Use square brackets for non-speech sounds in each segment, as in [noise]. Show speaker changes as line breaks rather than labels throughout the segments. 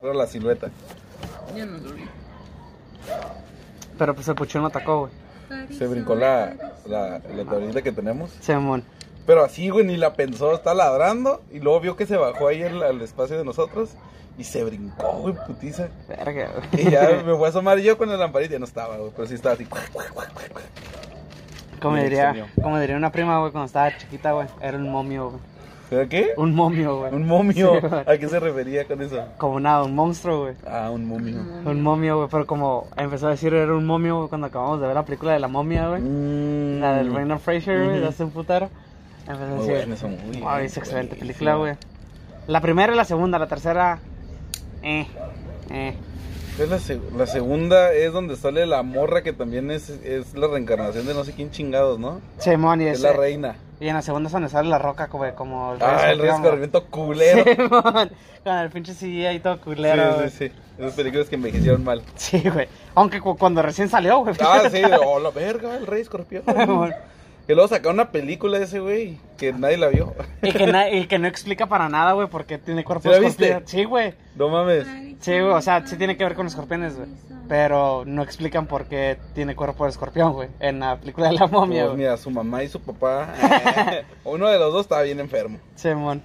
Solo la silueta.
Ya no dormí.
Pero pues el puchón lo atacó, güey.
Se brincó la, la, la tablita que tenemos.
Simón.
Pero así, güey, ni la pensó, está ladrando. Y luego vio que se bajó ahí el- al espacio de nosotros. Y se brincó, güey, putiza.
Verga,
Y
[laughs]
ya
güey.
me fue a asomar yo con la lamparita. Ya no estaba, güey, pero sí estaba así.
Como
me
diría,
extrañó.
como diría una prima, güey, cuando estaba chiquita, güey. Era un momio, güey.
¿Pero qué?
Un momio, güey.
Un momio.
Sí, güey.
¿A qué se refería con eso?
Como nada, un monstruo, güey.
Ah, un momio.
Un momio, güey. Pero como empezó a decir, era un momio, güey, cuando acabamos de ver la película de la momia, güey.
Mm.
La del Reina Fraser, güey,
Ujú.
de hace un putero. Empezó a
Muy
decir,
buena esa movie,
"Ay,
eh,
es excelente
buenísima".
película, güey. La primera y la segunda, la tercera. Eh, eh.
Es la, seg- la segunda es donde sale la morra que también es, es la reencarnación de no sé quién chingados, ¿no?
Simón, y
Es
ese-
la reina.
Y en la segunda es donde sale la roca, güey, como el
Ah, el rey
escorpión, güey.
escorpión culero.
[laughs] Simón, con el pinche CGI ahí todo culero.
Sí, sí, sí. Esas películas que envejecieron mal.
güey. Sí, güey. Aunque cu- cuando recién salió, güey. [laughs]
Ah, sí, oh, la verga, el rey escorpión.
Simón.
Que luego sacaron una película de ese güey que nadie la vio.
y, que na- y que no explica para nada, güey, porque tiene cuerpo
¿Sí la
de
viste?
escorpión. Sí, güey.
No mames. Pues,
Sí, güey, o sea, sí tiene que ver con escorpiones, güey. Pero no explican por qué tiene cuerpo de escorpión, güey. En la película de la momia,
Pues
güey.
mira, su mamá y su papá. uno de los dos estaba bien enfermo.
Simón.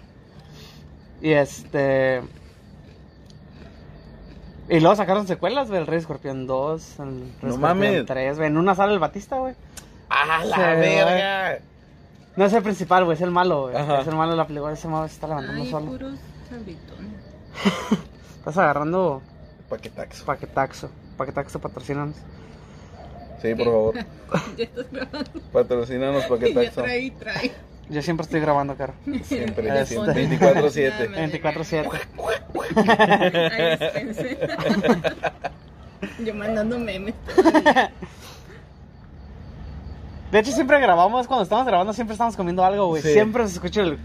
Y este. Y luego sacaron secuelas, güey. El Rey Escorpión 2, el Rey
No
Escorpión
mames.
3, güey. En una sale el Batista, güey.
¡Ah, la
Sí,
verga!
No es el principal, güey, es el malo, güey.
Ajá.
Es el malo de la película. Ese malo se está levantando
Ay,
solo.
puros sabritones.
Estás agarrando
Paquetaxo.
paquetaxo. Paquetaxo patrocínanos.
Sí, por favor.
Ya estás grabando.
Patrocínanos
[laughs] Ya
Paquetaxo.
trae, trae.
Yo siempre estoy grabando, caro.
Siempre,
Este.
siempre. 24-7.
24-7.
Ay, dispense.
[laughs]
Yo mandando memes.
Pues De hecho, siempre grabamos. Cuando estamos grabando, siempre estamos comiendo algo, güey.
Sí.
Siempre se escucha el.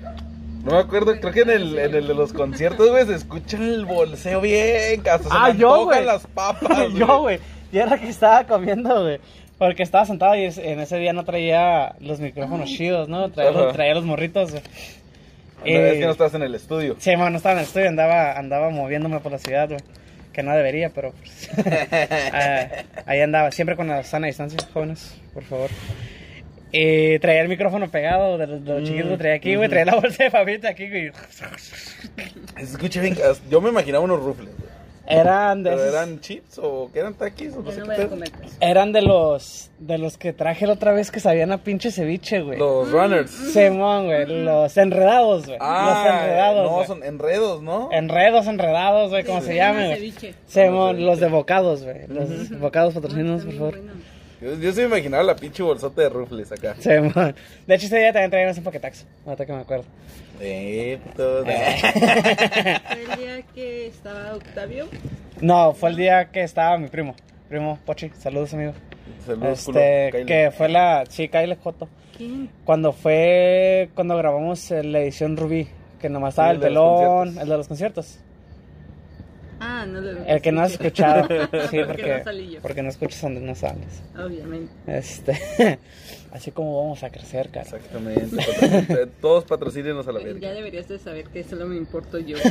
No me acuerdo, creo que en el, en el de los conciertos, güey, se escucha el bolseo bien. Hasta se
Ah,
me
yo,
antojan
güey.
las
[laughs]
papas.
Yo, güey. Y era que estaba comiendo, güey. Porque estaba sentado y es- en ese día no traía los micrófonos chidos, ¿no? Traía, los,
Ajá.
traía los morritos, güey.
No, es
Eh,
que no estás en el estudio.
Sí, mano, estaba en el estudio, andaba, andaba moviéndome por la ciudad, güey. Que no debería, pero pues, [laughs] ah, ahí andaba, siempre con la sana distancia, jóvenes, por favor. Y traía el micrófono pegado de los, de los
Mm,
chiquitos que traía aquí, güey. Traía la bolsa de papita aquí, güey.
Se escucha bien. Yo me imaginaba unos rufles, güey.
Eran de,
¿Pero
esos-
eran chips o qué eran taquis? O no sé
Yo
qué
no voy a
pedo.
comer.
eran de los de los que traje la otra vez que sabían a pinche ceviche, güey.
Los runners.
Simón, güey. Los enredados, güey. los
Ah,
enredados.
no,
güey.
son enredos, ¿no?
Enredos, enredados, güey, como se llame, güey.
Ceviche.
Simón, los de bocados, güey. Los bocados patrocinados, por
Ah, También
favor.
bueno.
Yo, yo sí me imaginaba la pinche bolsota de rufles acá.
Simón. De hecho, ese día también traíamos un paquetaxo. Ahorita que me acuerdo.
Esto,
Eh.
Fue el día que estaba Octavio.
No, fue el día que estaba mi primo. Primo Pochi, saludos, amigo.
Saludos, culo,
este,
Kyle.
que fue la. Sí, Kyle Joto.
¿Quién?
Cuando fue. Cuando grabamos eh, la edición Rubí. Que nomás estaba
El
el,
de los
pelón,
conciertos.
el de los conciertos.
Ah, no lo Ah,
El que no
[laughs]
has escuchado.
[laughs]
Sí,
Porque
porque,
no salí yo.
porque no escuchas donde no sales.
Obviamente.
Este. [laughs] Así como vamos a crecer, cara.
Exactamente. patrocin- [laughs] Todos patrocínenos a la
Ya
verga.
deberías de saber que solo me importo
[laughs]
yo.
[laughs]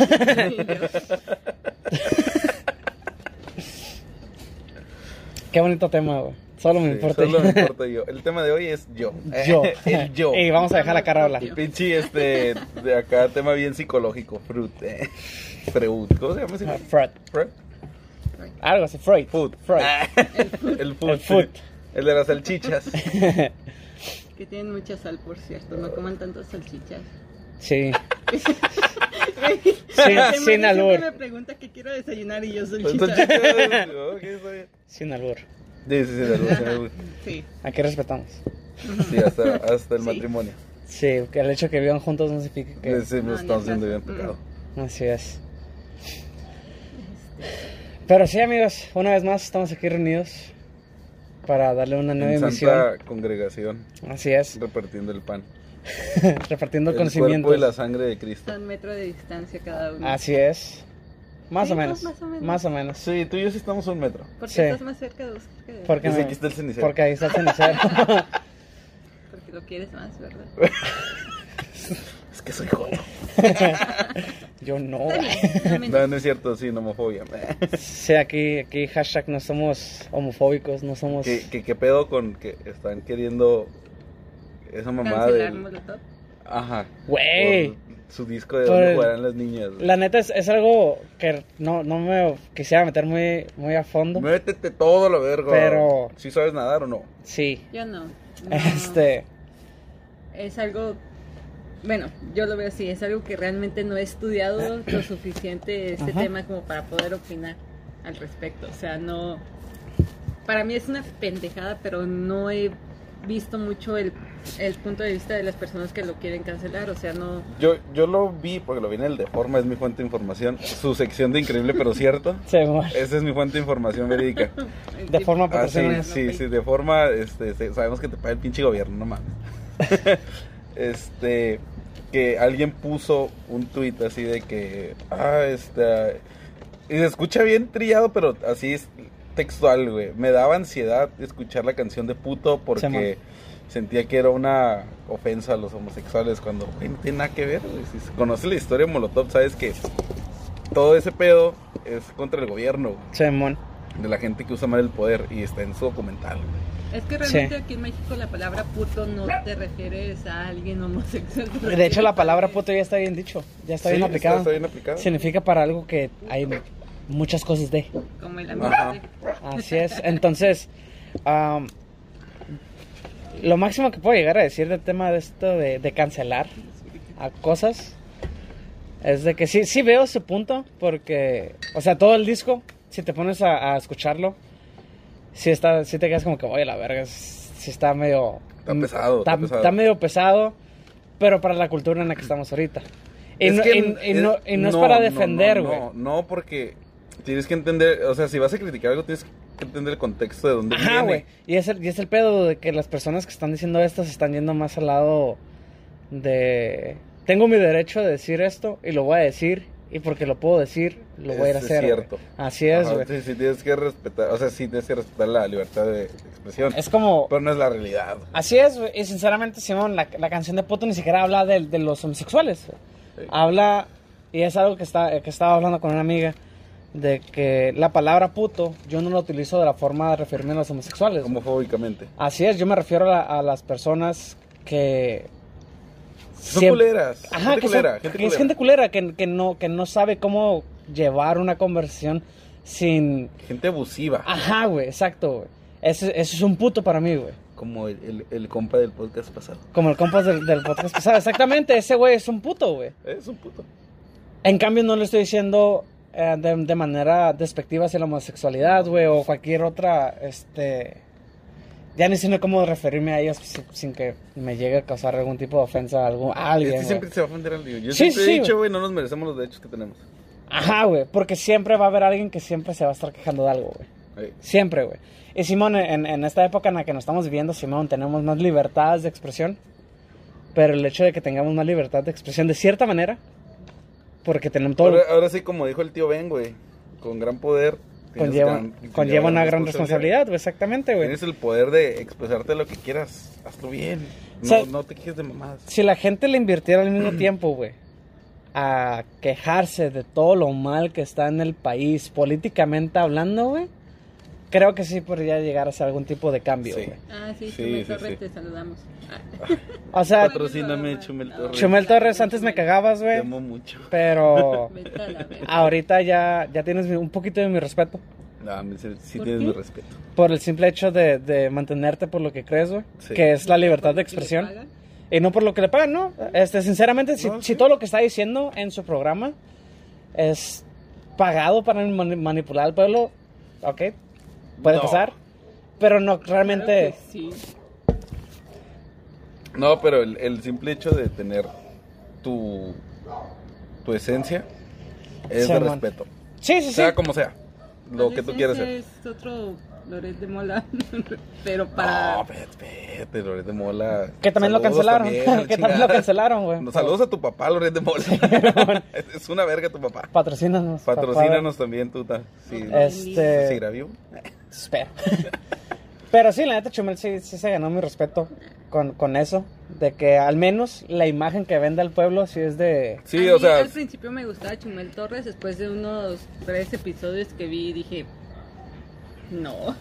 Qué bonito tema, güey. Solo me
Sí,
importa.
Solo me importa yo. El tema de hoy es yo.
[laughs] yo.
[laughs] El
[laughs]
yo.
Y vamos a dejar la cara hablar.
El pinche este de acá tema bien psicológico, fruit. Eh. Freud. ¿Cómo se llama ese?
Freud.
Freud.
Algo así, Freud.
Food.
Freud.
Ah, El food.
El food.
El de las
[laughs]
salchichas.
que tienen mucha sal, por cierto. No coman tantas salchichas.
[laughs]
Sí.
Mi [laughs]
sin,
hermana
sin
siempre me
salchicha
pregunta qué quiero desayunar y yo
Las
salchicha.
[laughs]
[laughs]
salchichas. ok, está bien.
Sin albur.
Sí, sí, sí, la luz, la luz.
Sí.
Aquí respetamos.
Sí, hasta, hasta el
Sí.
matrimonio.
Sí, que el hecho que vivan juntos no significa que.
Sí,
No,
nos
ni
estamos haciendo bien
atrás.
Mm.
pecado.
Así es. Pero sí, amigos, una vez más estamos aquí reunidos para darle una nueva
En
emisión.
santa congregación,
Así es,
repartiendo el pan.
[laughs] repartiendo
el
conocimientos.
cuerpo y la sangre de Cristo.
Están metro de distancia cada uno.
Así es. Más,
Sí,
o
no,
menos.
más o menos.
Más o menos.
Sí, tú y yo sí estamos a un metro.
Porque
sí.
estás más cerca de Oscar que de
Porque,
Desde
me-
aquí está el cenicero.
porque ahí está el
[laughs]
cenicero.
Porque lo quieres más, ¿verdad?
Es que soy joto.
Yo no.
Está bien, no me-
No, no es cierto, sí, en homofobia.
Sí, aquí, aquí hashtag no somos homofóbicos, no somos...
¿Qué, qué, qué pedo con que están queriendo esa mamada
Cancelar
de...
Molotov.
Ajá.
Güey.
por Su disco de
Por
donde
el-
jugarán las niñas. güey.
La neta es, es algo que no, no me quisiera meter muy, muy a fondo.
Métete todo a la verga.
Pero-
¿Sí sabes nadar o no?
Sí.
Yo
[laughs]
no. no.
Este,
Es algo. Bueno, yo lo veo así. Es algo que realmente no he
[coughs]
estudiado lo suficiente este
Ajá.
tema como para poder opinar al respecto. O sea, no. Para mí es una pendejada, pero no he visto mucho el, el punto de vista de las personas que lo quieren cancelar. O sea, no.
Yo, yo lo vi, porque lo vi en el de forma, es mi fuente de información. Su sección de increíble pero [laughs] cierto.
se mu-
Esa es mi fuente de información verídica.
eh,
De forma
Ah, sí,
patrocinada.
sí, sí, de forma, este, se- sabemos que te paga el pinche gobierno, no mames. [laughs] este, que alguien puso un tuit así de que, ah, este, y se escucha bien trillado, pero así es textual, güey. Me daba ansiedad escuchar la canción de puto porque
Simón.
sentía que era una ofensa a los homosexuales cuando, güey, no tiene nada que ver, güey. Si conoces la historia de Molotov, sabes que todo ese pedo es contra el gobierno, güey
se mon-
de la gente que usa mal el poder y está en su documental.
Es que realmente aquí en México la palabra puto no te refieres a alguien homosexual.
De hecho, la palabra puto ya está bien dicho. Ya está
Sí,
bien aplicada.
Está bien aplicada.
Significa para algo que hay muchas cosas de.
Como el
Ajá.
ambiente.
Así es. Entonces, am, lo máximo que puedo llegar a decir del tema de esto de, de cancelar a cosas es de que sí, sí veo su punto, porque, o sea, todo el disco, si te pones a, a escucharlo, sí, está, sí te quedas como que, oye, la verga, s- sí está medio...
Está pesado, está
Está,
pesado.
está medio pesado, pero para la cultura en la que estamos ahorita. Y,
Es
no,
que
y- y
es-
no- y no es para
no,
defender,
no,
güey.
No, no, porque tienes que entender, o sea, si vas a criticar algo, tienes que entender el contexto de dónde
Ajá,
viene.
güey. Y es, el, y es el pedo de que las personas que están diciendo esto se están yendo más al lado de... Tengo mi derecho de decir esto y lo voy a decir. Y porque lo puedo decir, lo voy a ir
Eso
a
es
hacer. güey.
cierto.
Así es,
Ajá,
güey.
sí, sí, tienes que respetar, o sea, sí, tienes que respetar la libertad de expresión.
Es como...
Pero no es la realidad.
Así es, güey. Y sinceramente, Simón, la, la canción de puto ni siquiera habla de, de los homosexuales.
Sí.
Habla, y es algo que, está, que estaba hablando con una amiga, de que la palabra puto yo no la utilizo de la forma de referirme a los homosexuales. güey.
Homofóbicamente.
Así es, yo me refiero a, la- a las personas que...
Son
siempre-
culeras.
Ajá,
gente
que, son-
culera,
que
gente
es
culera.
gente culera, que, que no, que no sabe cómo llevar una conversación sin...
Gente abusiva.
Ajá, güey, exacto, güey. Ese, ese es un puto para mí, güey.
Como el, el, el compa del podcast pasado.
Como el compas del, del podcast pasado. Exactamente, ese güey es un puto, güey.
Es un puto.
En cambio, no le estoy diciendo eh, de, de manera despectiva hacia la homosexualidad, güey, o cualquier otra, este... Ya ni sé cómo referirme a ellos sin, sin que me llegue a causar algún tipo de ofensa a, algún, a alguien,
Este
güey.
siempre se va a ofender al niño. Yo
Sí,
siempre
sí,
he dicho,
güey.
güey, no nos merecemos los derechos que tenemos.
Ajá, güey, porque siempre va a haber alguien que siempre se va a estar quejando de algo, güey.
Ahí.
Siempre, güey. Y Simón, en, en esta época en la que nos estamos viviendo, Simón, tenemos más libertades de expresión. Pero el hecho de que tengamos más libertad de expresión, de cierta manera, porque tenemos todo.
Ahora, ahora sí, como dijo el tío Ben, güey, con gran poder. tienes
conlleva,
gran- tienes
conlleva una gran
responsabilidad.
responsabilidad, güey, exactamente, güey.
Tienes el poder de expresarte lo que quieras. Hazlo bien. No,
O sea,
no te quejes de mamadas.
Si la gente le invirtiera
[clears throat]
al mismo tiempo, güey, a quejarse de todo lo mal que está en el país, políticamente hablando, güey, creo que sí podría llegar a ser algún tipo de cambio,
Sí.
güey.
Ah, sí,
Sí,
Chumel
sí,
Torres,
sí.
te saludamos. Ah,
O sea,
Patrocíname, Chumel Torres.
Chumel Torres, antes
[laughs]
me Ah, cagabas,
Te
güey,
amo mucho. [laughs]
pero
Vete a la verga.
ahorita ya, ya tienes mi- un poquito de mi respeto
No, a mí sí, sí
¿Por
tienes
qué?
mi respeto.
por el simple hecho de, de mantenerte por lo que crees, güey,
Sí.
que es la libertad de
¿Le
expresión.
pagan?
Y no por lo que le pagan, ¿no? Este, sinceramente, si,
No,
si
sí.
todo lo que está diciendo en su programa es pagado para mani- manipular al pueblo, ok, puede
No.
pasar. Pero no,
Claro
realmente,
que sí.
No, pero el, el simple hecho de tener tu, tu esencia es de
Simón.
respeto.
sí, sí, sí.
Sea como sea. Lo
Tal
que
vez
tú quieras
ese
ser.
Es otro Loret de Mola, [laughs] pero para...
No, vete, vete, Loret de Mola.
Que también lo
Saludos
cancelaron,
también,
[laughs] que también lo cancelaron, güey.
No, Saludos a tu papá, Loret de
[laughs]
Mola. [laughs] es una verga tu papá.
Patrocínanos. papá.
Patrocínanos también, tuta. Sí.
Eh.
Este,
¿Seguirá vivo?
espero. [laughs] Pero sí, la neta, Chumel sí, sí se ganó mi respeto con, con eso. De que al menos la imagen que vende al pueblo sí es de.
A
Sí,
mí
o sea,
Al principio me gustaba Chumel Torres, después de unos tres episodios que vi, dije. No.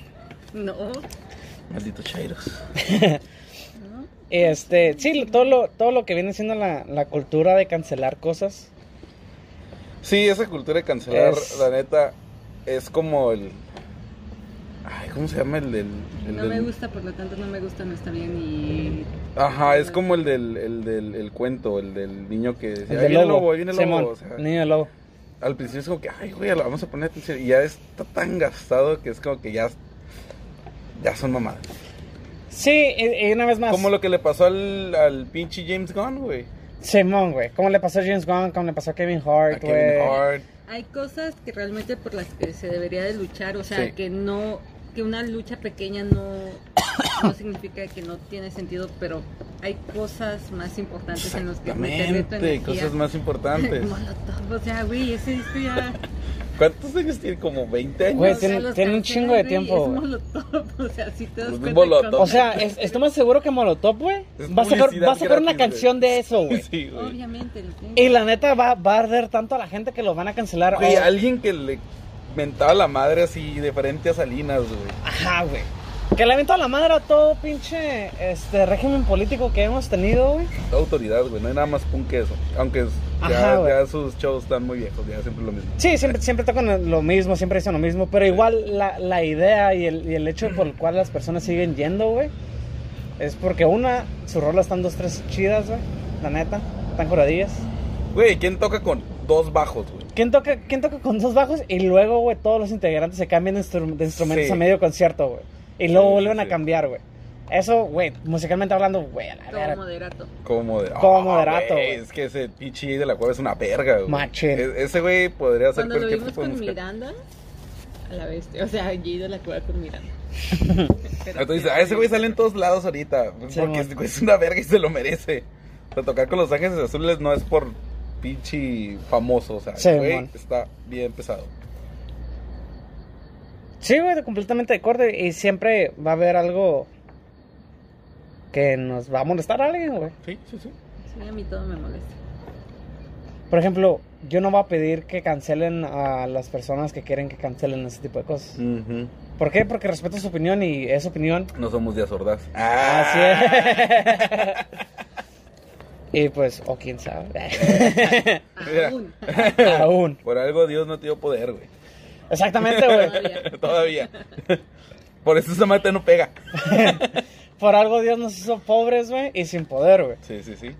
[laughs] no.
malditos chairos.
Este, sí, todo lo, todo lo que viene siendo la, la cultura de cancelar cosas.
Sí, esa cultura de cancelar,
Es-
la neta, es como el... Ay, ¿cómo se llama el del...? el
No
del-
me gusta, por lo tanto no me gusta, no está bien y.
Ajá, es como el del, el del el cuento, el del niño que
El
decía,
del
ahí viene el
lobo.
lobo, ahí viene el lobo.
Simón,
o sea,
niño del lobo.
al principio es como que, ay, güey, lo vamos a poner atención. Y ya está tan gastado que es como que ya, ya son mamadas.
Sí, y, y una vez más.
Como lo que le pasó al, al pinche James Gunn, güey.
Simón, güey. ¿Cómo le pasó a James Gunn? ¿Cómo le pasó a Kevin
A
Hart,
Kevin
güey?
Hart.
Hay cosas que realmente por las que se debería de luchar, o sea,
Sí.
que no. Que una lucha pequeña no, [coughs] no significa que no tiene sentido, pero hay cosas más importantes en las que meterle tu
Exactamente,
energía.
cosas más importantes.
[laughs]
[laughs]
Molotov, o sea, güey, ese disco ya.
¿Cuántos años tiene? ¿Como 20 años?
Güey,
o sea,
tiene-
los
tiene un
cancelan,
chingo de
güey,
tiempo,
Es
güey.
molotov, [laughs] o sea, si te das
Es un
cuenta.
molotov.
con-
O sea, es- estoy más seguro que Molotov, güey.
Es
Va a sacar,
publicidad
va a sacar una
gratis,
canción de eso, güey.
[laughs] Sí, güey.
Obviamente, lo tienen.
Y la neta va, va a arder tanto a la gente que lo van a cancelar. Oh,
Güey,
o-
alguien que le mentaba la madre así de frente a Salinas, güey.
Ajá, güey. Que le aventó a la madre a todo pinche este régimen político que hemos tenido, güey.
Toda autoridad, güey. No hay nada más punk que eso. Aunque es- ya-
Ajá, güey.
ya, sus shows están muy viejos, ya siempre lo mismo.
Sí, siempre, siempre tocan lo mismo, siempre dicen lo mismo, pero igual la, la idea y el, y el hecho por el cual las personas siguen yendo, güey, es porque una, sus rolas están dos, tres chidas, güey, la neta, están curadillas.
Güey, ¿quién toca con dos bajos, güey?
¿Quién toca, ¿Quién toca con dos bajos? Y luego, güey, todos los integrantes se cambian de, instru- de instrumentos
Sí.
a medio concierto, güey. Y luego
Sí,
vuelven a
sí.
cambiar, güey. Eso, güey, musicalmente hablando, güey, a la
Todo
verga.
moderato.
Como moderato.
Como moderato, güey.
Es que ese pichi de la cueva es una verga, güey.
Machín.
E- ese güey podría hacer
Cuando lo
cualquier
vimos
tipo de
con
música.
Miranda, a la bestia. O sea, yo he ido a la cueva con
[laughs]
Miranda. Pero-
Entonces, a ese güey sale en todos lados ahorita.
Sí,
porque
mon.
este güey es una verga y se lo merece. O sea, tocar con los ángeles azules no es por pinche famoso. O sea,
Sí,
el güey
mon.
está bien pesado.
Sí, güey, completamente de acuerdo. Y siempre va a haber algo que nos va a molestar a alguien, güey.
Sí, sí, sí.
Sí, a mí todo me molesta.
Por ejemplo, yo no voy a pedir que cancelen a las personas que quieren que cancelen ese tipo de cosas.
Ujú.
¿Por qué? Porque respeto su opinión y es opinión.
No somos días Ah. sordas.
Así es. [laughs] y pues, o quién sabe. [laughs]
Mira. [laughs]
Aún.
Aún.
Por algo Dios no te dio poder, güey. [laughs]
Exactamente, güey.
Todavía.
Todavía. [laughs] Por eso esa mata no pega.
Por algo Dios nos hizo pobres, güey, y sin poder, güey.
Sí, sí, sí.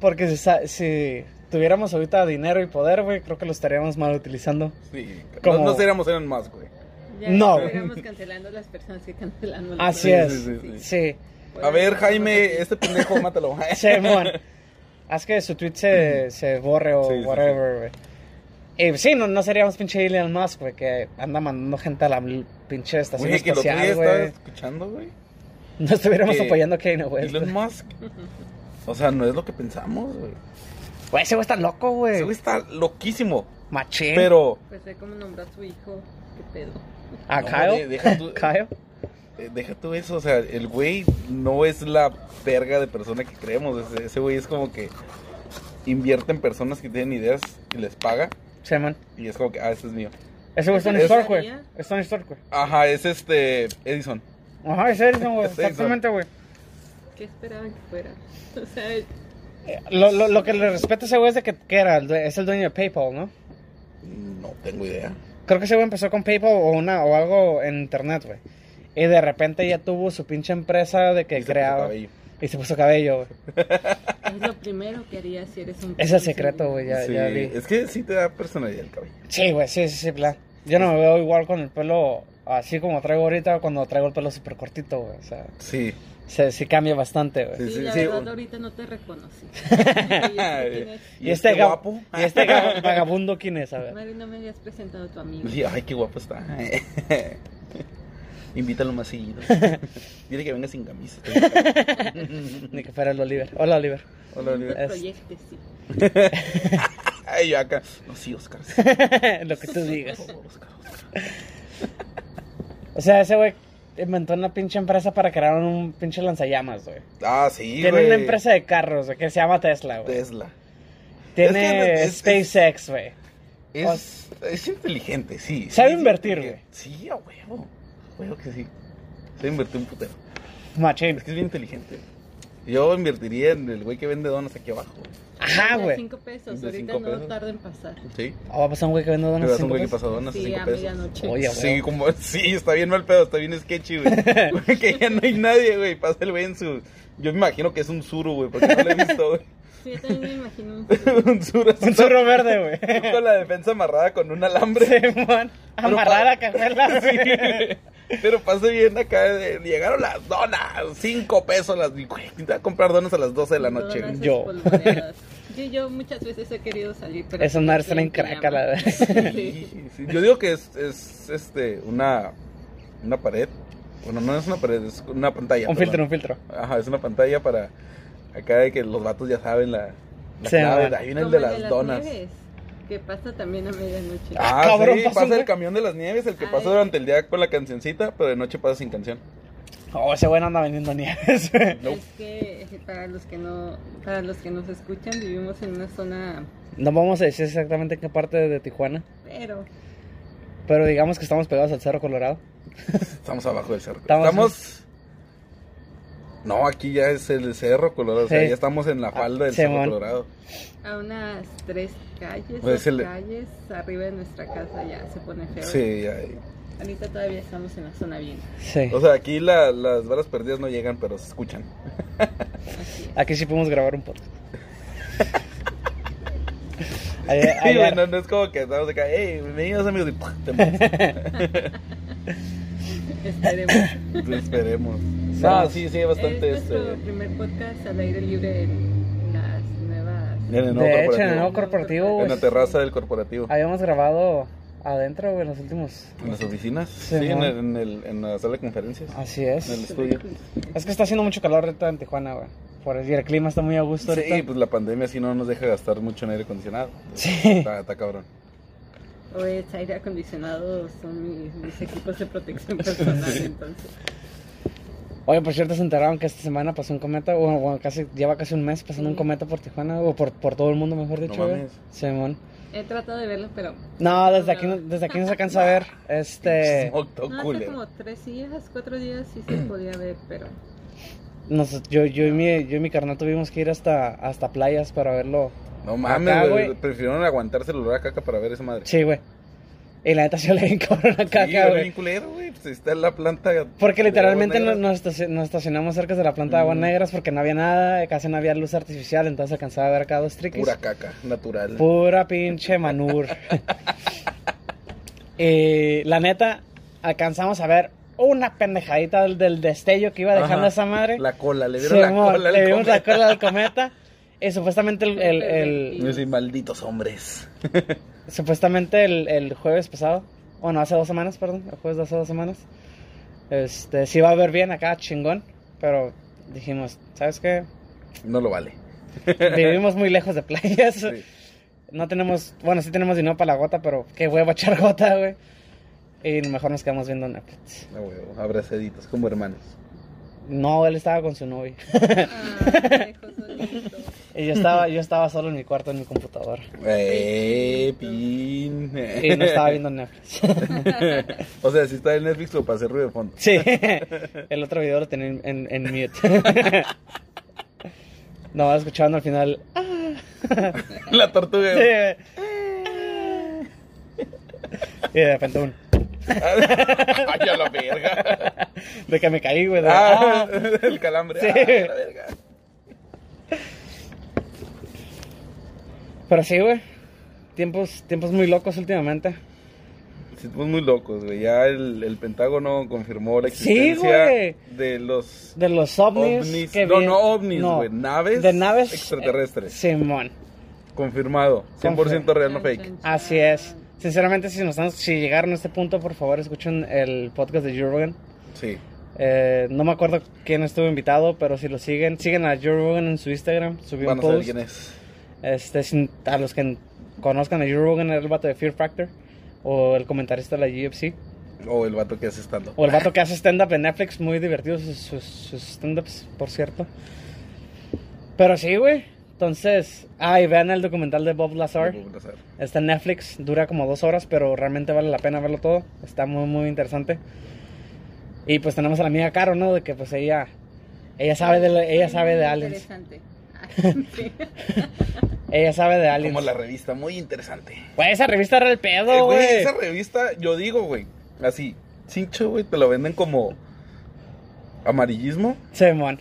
Porque si, sa- si tuviéramos ahorita dinero y poder, güey, creo que lo estaríamos mal utilizando.
sí. No,
Como-
no seríamos Elon Musk, güey.
Ya
No.
Estamos cancelando a las personas que cancelando. las
Así
personas.
es.
sí, sí, sí.
Sí.
A ver,
Pues,
Jaime, este pendejo,
[laughs]
mátalo.
Simón. Haz que su tweet se, se borre o
Sí, sí,
whatever, güey. Y sí, no, no seríamos pinche Elon Musk, güey, que anda mandando gente a la l- pinche estación
Güey, que lo otro día
espacial,
estaba
güey.
escuchando, güey.
No estuviéramos
que-
apoyando a Kanye West.
Elon
güey.
Musk. O sea, no es lo que pensamos, güey.
Güey, ese güey está loco,
Ese
güey.
güey está loquísimo.
Machín.
Pero.
Pues sé cómo nombró a su hijo. Qué pedo.
A
No,
Kyle.
de- deja tú-
[laughs] Kyle.
eh, Deja tú eso, o sea, el güey no es la verga de persona que creemos. Ese, ese güey es como que invierte en personas que tienen ideas y les paga.
Simón.
Y es como que, ah, este es mío.
Ese güey es Tony
Es-
Stark, güey.
¿Sabía?
Es Tony Stark, güey.
Ajá, es este Edison.
Ajá, ese es,
[laughs]
no, güey.
Es Edison.
Exactamente, güey.
¿Qué esperaban que fuera? [laughs] O sea,
Eh, Lo, lo, lo que le respeto a ese güey es de que, que era, el due- es el dueño de PayPal, ¿no?
No tengo idea.
Creo que ese güey empezó con PayPal o, una, o algo en internet, güey. Y de repente ya tuvo su pinche empresa de
Y
que
se puso
creaba.
cabello.
Y se puso cabello, güey.
es lo primero que haría si eres un.
Es el secreto, güey. Ya,
Sí,
ya vi.
Es que sí te da personalidad el cabello.
Sí, güey, sí, sí, sí, plan. Yo no me veo igual con el pelo así como traigo ahorita cuando traigo el pelo súper cortito, güey. O sea,
[laughs] Sí.
se, sí cambia bastante, güey.
Sí,
Sí, sí,
la
sí,
verdad,
un-
ahorita no te
[laughs]
reconocí. [laughs] Mari,
¿Y, este, ga-
guapo?
¿Y este ga- vagabundo quién es, a ver?
no me habías presentado a tu amigo.
Sí, Ay, qué guapo está. [laughs] Invítalo más
[laughs]
seguido. Dile que venga sin camisa.
Ni que fuera el Oliver. Hola, Oliver. [laughs]
Hola, Olivia.
es-
Proyecte, sí.
Ay, yo acá. No, sí, Oscar.
[laughs]
sí,
Lo que tú
por
digas.
favor, Oscar, Oscar.
O sea, ese güey inventó una pinche empresa para crear un pinche lanzallamas, güey.
Ah, sí,
Tiene
güey.
una empresa de carros, güey, que se llama Tesla, güey.
Tesla.
Tiene
Es que es- es-
SpaceX, güey.
Es, es inteligente, sí.
Sabe
Sí, es
invertir,
inteligente. Sí, a huevo. A huevo que sí. Sabe invertir un putero.
Machín.
Es que es bien inteligente. Yo invertiría en el güey que vende donas aquí abajo.
Ajá,
De
Ah, güey.
cinco pesos,
De
ahorita
cinco
no
pesos.
tarda en pasar.
Sí.
O va a pasar un güey que vende
Te
donas.
das
cinco
un güey que
pesos.
pasa donas a
Sí,
cinco
a
pesos.
medianoche.
Oye, pues. a
Sí,
huevo.
como, [laughs] sí, está bien mal pedo, está bien sketchy, güey.
[laughs]
[laughs] que ya no hay nadie, güey. Pasa el güey en su. Yo me imagino que es un suru, güey, porque no lo he visto, güey. [laughs]
Sí, yo también me imagino un
un suru. así,
Un zorro verde,
[laughs]
güey.
Con la defensa amarrada con un alambre.
Simón. Amarrar
para-
la
[laughs]
cajuela, sí.
Pero pasa bien acá. de- Llegaron las donas. Cinco pesos las. Güey, ¿quién te va a comprar donas a las 12 de la noche? güey?
Todas esas
[laughs]
Yo.
polvoreadas. yo. Yo muchas veces he querido salir, pero...
Es una
siempre
arsenal en
tienen
crack, a la
[laughs]
pijama. Sí.
Sí, sí. Yo digo que es, es, este, una, una pared. Bueno, no es una pared, es una pantalla.
Un
perdón.
filtro, un filtro.
Ajá, es una pantalla para acá de que los vatos ya saben la, la
Sí,
clave.
man.
Hay una
Como
el de las
las
donas.
nieves, que pasa también a medianoche.
Ah,
cabrón,
sí,
pasa
pasa
una-
el camión de las nieves, el que
Ay.
pasa durante el día con la cancioncita, pero de noche pasa sin canción.
Oh, ese güey no anda vendiendo nieves. güey.
No.
Es que eh, para los que no para los que nos escuchan vivimos en una zona
No vamos a decir exactamente en qué parte de Tijuana,
pero
pero digamos que estamos pegados al Cerro Colorado.
Estamos abajo del cerro. Estamos.
Estamos-
No, aquí ya es el cerro colorado. O sea,
Sí.
ya estamos en la falda del
Ah,
cerro
Simón.
colorado.
a unas tres calles,
Pues
dos
el-
calles arriba de nuestra casa ya se pone feo.
Sí, ahí.
Ahorita todavía estamos en la zona bien. [laughs]
Sí.
O sea, aquí la- las balas perdidas no llegan, pero se escuchan.
Así es.
Aquí sí podemos grabar
[laughs]
un podcast. Ayer-
Sí,
ayer-
güey, no, no es como que estamos acá, hey, bienvenidos amigos, y [laughs] ¡pum! te mueres.
Esperemos.
Esperemos. No,
Vamos.
sí, sí, [laughs] bastante
es nuestro
este.
primer podcast al aire libre en las nuevas
En el nuevo
de hecho, en
corporativo.
el nuevo corporativo,
En
güey,
la terraza del corporativo.
habíamos grabado adentro, güey, en los últimos.
En las oficinas. Sí,
Sí,
en,
¿no?
el- en el- en la sala de conferencias.
Así
En el
es.
estudio.
Es que está haciendo mucho calor ahorita en Tijuana, güey. Por decir, el clima está muy a gusto ahorita.
Sí, pues la pandemia sí no nos deja gastar mucho en aire acondicionado.
Sí.
Está, está cabrón.
o es aire acondicionado son mis, mis equipos de
[laughs]
protección personal entonces.
Oye, por cierto, se enteraron que esta semana pasó un cometa, o bueno, casi, lleva casi un mes pasando un
Sí.
cometa por Tijuana, o por, por todo el mundo, mejor dicho, güey.
mames.
Simón.
He tratado de verlo pero
No, desde aquí, no- desde aquí no se alcanza a ver,
[laughs]
este,
Smoke todo
no, hace
culero.
como tres días, cuatro días sí
[clears throat]
se podía ver,
[laughs]
pero
nos- yo, yo, y mi, yo y mi carnal tuvimos que ir hasta, hasta playas para verlo.
No
Acá,
mames, güey.
güey.
Prefirieron aguantarse el olor a caca para ver esa madre.
Sí, güey. Y la neta se le encobró
Sí,
la caca,
güey,
güey.
bien culero, güey. Pues está en la planta.
Porque literalmente
de agua
no-
negra.
nos, estaci- nos estacionamos cerca de la planta de aguas
Mm.
negras porque no había nada, casi no había luz artificial, entonces alcanzaba a ver cada dos triquis.
Pura caca, natural.
Pura
[laughs]
pinche manur. Eh, la neta, alcanzamos a ver una pendejadita del, del destello que iba dejando
Ajá.
esa madre.
La cola, le
Sí,
vieron la
amor,
cola.
le
al
vimos la
comer.
cola del cometa. Y supuestamente el, el- el-
Y yo soy malditos hombres.
supuestamente el, el jueves pasado, bueno, hace dos semanas, perdón, el jueves de hace dos semanas, este, sí iba a ver bien acá, chingón, pero dijimos,
[laughs]
¿sabes qué?
No lo vale.
Vivimos muy lejos de playas.
Sí.
No tenemos, bueno, sí tenemos dinero para la gota, pero qué huevo echar [laughs] gota, güey. Y mejor nos quedamos viendo Netflix.
A huevo, abrazaditos, como hermanos.
No, él estaba con su novia. [laughs]
ah,
Y yo estaba, yo estaba solo en mi cuarto en mi computadora.
Eh, pin.
Y no estaba viendo Netflix.
[laughs]
[laughs]
o sea, si está en Netflix o para hacer ruido de fondo. [laughs]
Sí. El otro video lo tenía en, en, en mute. [laughs] No, escuchando al final. [laughs] "Ah".
La tortuga.
Sí. Y de repente un.
[laughs] Ay, a la
[laughs]
verga.
De que me caí, güey. de-
Ah,
"Ah".
[laughs] el calambre.
Sí.
Ay, a la verga.
Pero sí, güey. Tiempos, tiempos muy locos últimamente.
Sí, Estamos muy locos, güey. Ya el, el Pentágono confirmó la
Sí,
existencia
güey.
de los
De los ovnis.
ovnis.
que
no,
vi-
no ovnis, güey. Naves,
De naves
extraterrestres.
eh, Simón.
Confirmado. 100% real, no fake.
Así es. Sinceramente, si, nos están- si llegaron a este punto, por favor, escuchen el podcast de Joe Rogan.
Sí.
Eh, no me acuerdo quién estuvo invitado, pero si lo siguen, siguen a Joe Rogan en su Instagram. Subió
Van
un
a saber
post.
quién es.
Este, sin- a los que conozcan a Joe Rogan, era el vato de Fear Factor o el comentarista de la UFC.
O el vato que hace estando.
O el vato que hace stand-up en Netflix, muy divertido sus, sus- sus stand-ups, por cierto. Pero sí, güey. Entonces, ay, vean el documental de Bob Lazar. Está en Netflix, dura como dos horas, pero realmente vale la pena verlo todo. Está muy, muy interesante. Y pues tenemos a la amiga Caro, ¿no? De que pues ella, ella sabe de, lo- ella sabe de aliens.
Interesante. Ah, [laughs] Agente.
Ella sabe de
Como
aliens.
la revista, muy interesante.
Güey, esa revista era el
Eh,
pedo,
güey,
güey.
esa revista, yo digo, güey, así, cincho, güey, te lo venden como amarillismo,
Simón.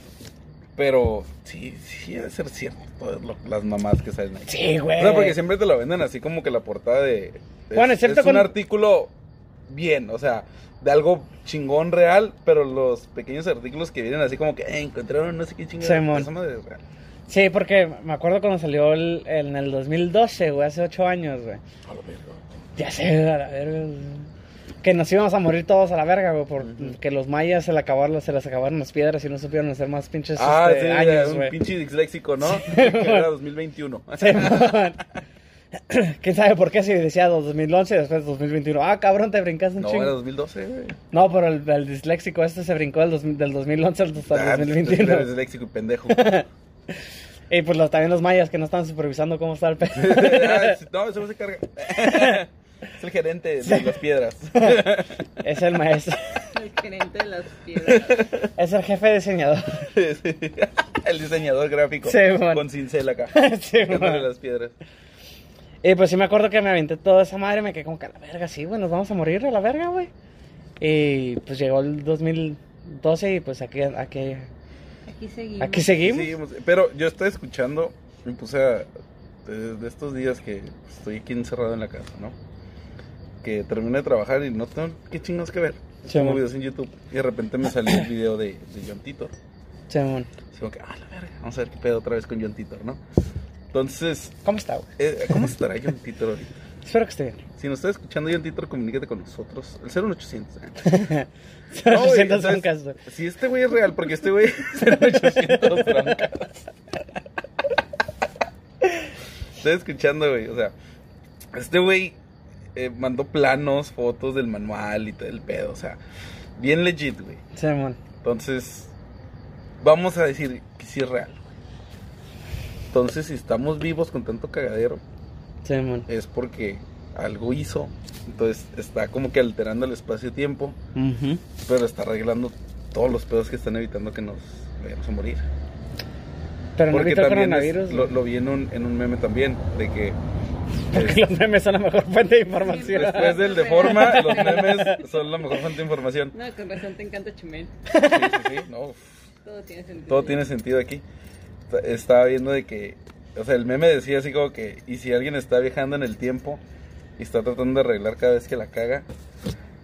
pero sí, sí, debe ser cierto todas lo- las mamás que salen ahí.
Sí, güey.
O sea, porque siempre te la venden así como que la portada de... es-
Bueno, excepto
Es un
con-
artículo bien, o sea, de algo chingón real, pero los pequeños artículos que vienen así como que eh, encontraron no sé qué chingón.
Simón.
Esa madre es real.
Sí, porque me acuerdo cuando salió el- en el 2012, güey, hace ocho años, güey.
A lo verga.
Ya sé, a la verga. güey. Que nos íbamos a morir todos a la verga, güey, porque los mayas se, la acabaron, se las acabaron las piedras y no supieron hacer más pinches
Ah,
este,
sí, era
años,
un
[laughs] güey.
pinche disléxico, ¿no? [laughs] Que era 2021.
Simón. [clears throat] ¿Quién sabe por qué si decía 2011 y después 2021? Ah, cabrón, te brincaste un
No,
chingo.
era 2012, güey.
No, pero el, el disléxico este se brincó del, dos- del 2011 al
Ah, [laughs]
hasta el
Eres
2021.
disléxico y pendejo. [laughs]
Y pues los, también los mayas que no están supervisando cómo está el pedo.
Ah, no, eso no se carga. [laughs] Es el gerente de las piedras.
[laughs]
[laughs]
es el maestro.
El gerente de las piedras.
Es el jefe diseñador.
El diseñador gráfico.
Sí, mon.
con cincel acá.
[laughs] Sí,
Dándole
mon.
las piedras.
Y pues sí me acuerdo que me aventé toda esa madre y me quedé como que a la verga, sí, güey, nos vamos a morir a la verga, güey. Y pues llegó el 2012 y pues aquí, aquí,
Aquí seguimos.
aquí seguimos.
Seguimos. Pero yo estoy escuchando, me puse a, desde estos días que estoy aquí encerrado en la casa, ¿no? Que terminé de trabajar y no tengo qué chingados que ver.
Sí,
Tengo
mon.
videos en YouTube y de repente me salió el video de, de John Titor.
Simón.
Así como que, ah, la verga, vamos a ver qué pedo otra vez con John Titor, ¿no? Entonces,
¿Cómo está, güey?
eh, ¿cómo estará John Titor ahorita?
Espero que esté bien. [laughs]
Si nos está escuchando, John Titor, comunícate con nosotros. El 01800. ¿eh?
No,
No, güey, entonces,
broncas, güey.
Si este güey es real, porque este güey es [laughs] 01800 broncas. Estoy escuchando, güey. O sea, este güey eh, mandó planos, fotos del manual y todo el pedo. O sea, bien legit, güey.
Simón.
Entonces, vamos a decir que sí es real. güey. Entonces, si estamos vivos con tanto cagadero,
Simón.
es porque algo hizo. Entonces está como que alterando el espacio-tiempo,
Ujú.
pero está arreglando todos los pedos que están evitando que nos vayamos a morir.
Pero no
porque
evitó el
también es-
coronavirus.
lo,
güey.
lo vi en un, en un meme también, de que
[laughs] Porque los memes son la mejor fuente de información.
después del de forma, los memes son la mejor fuente de
[laughs]
información.
No, con razón te encanta Chumel.
Sí, sí, sí, no,
Todo tiene sentido.
todo tiene sentido aquí. Está- Estaba viendo de que, o sea, el meme decía así como que, y si alguien está viajando en el tiempo y está tratando de arreglar cada vez que la caga,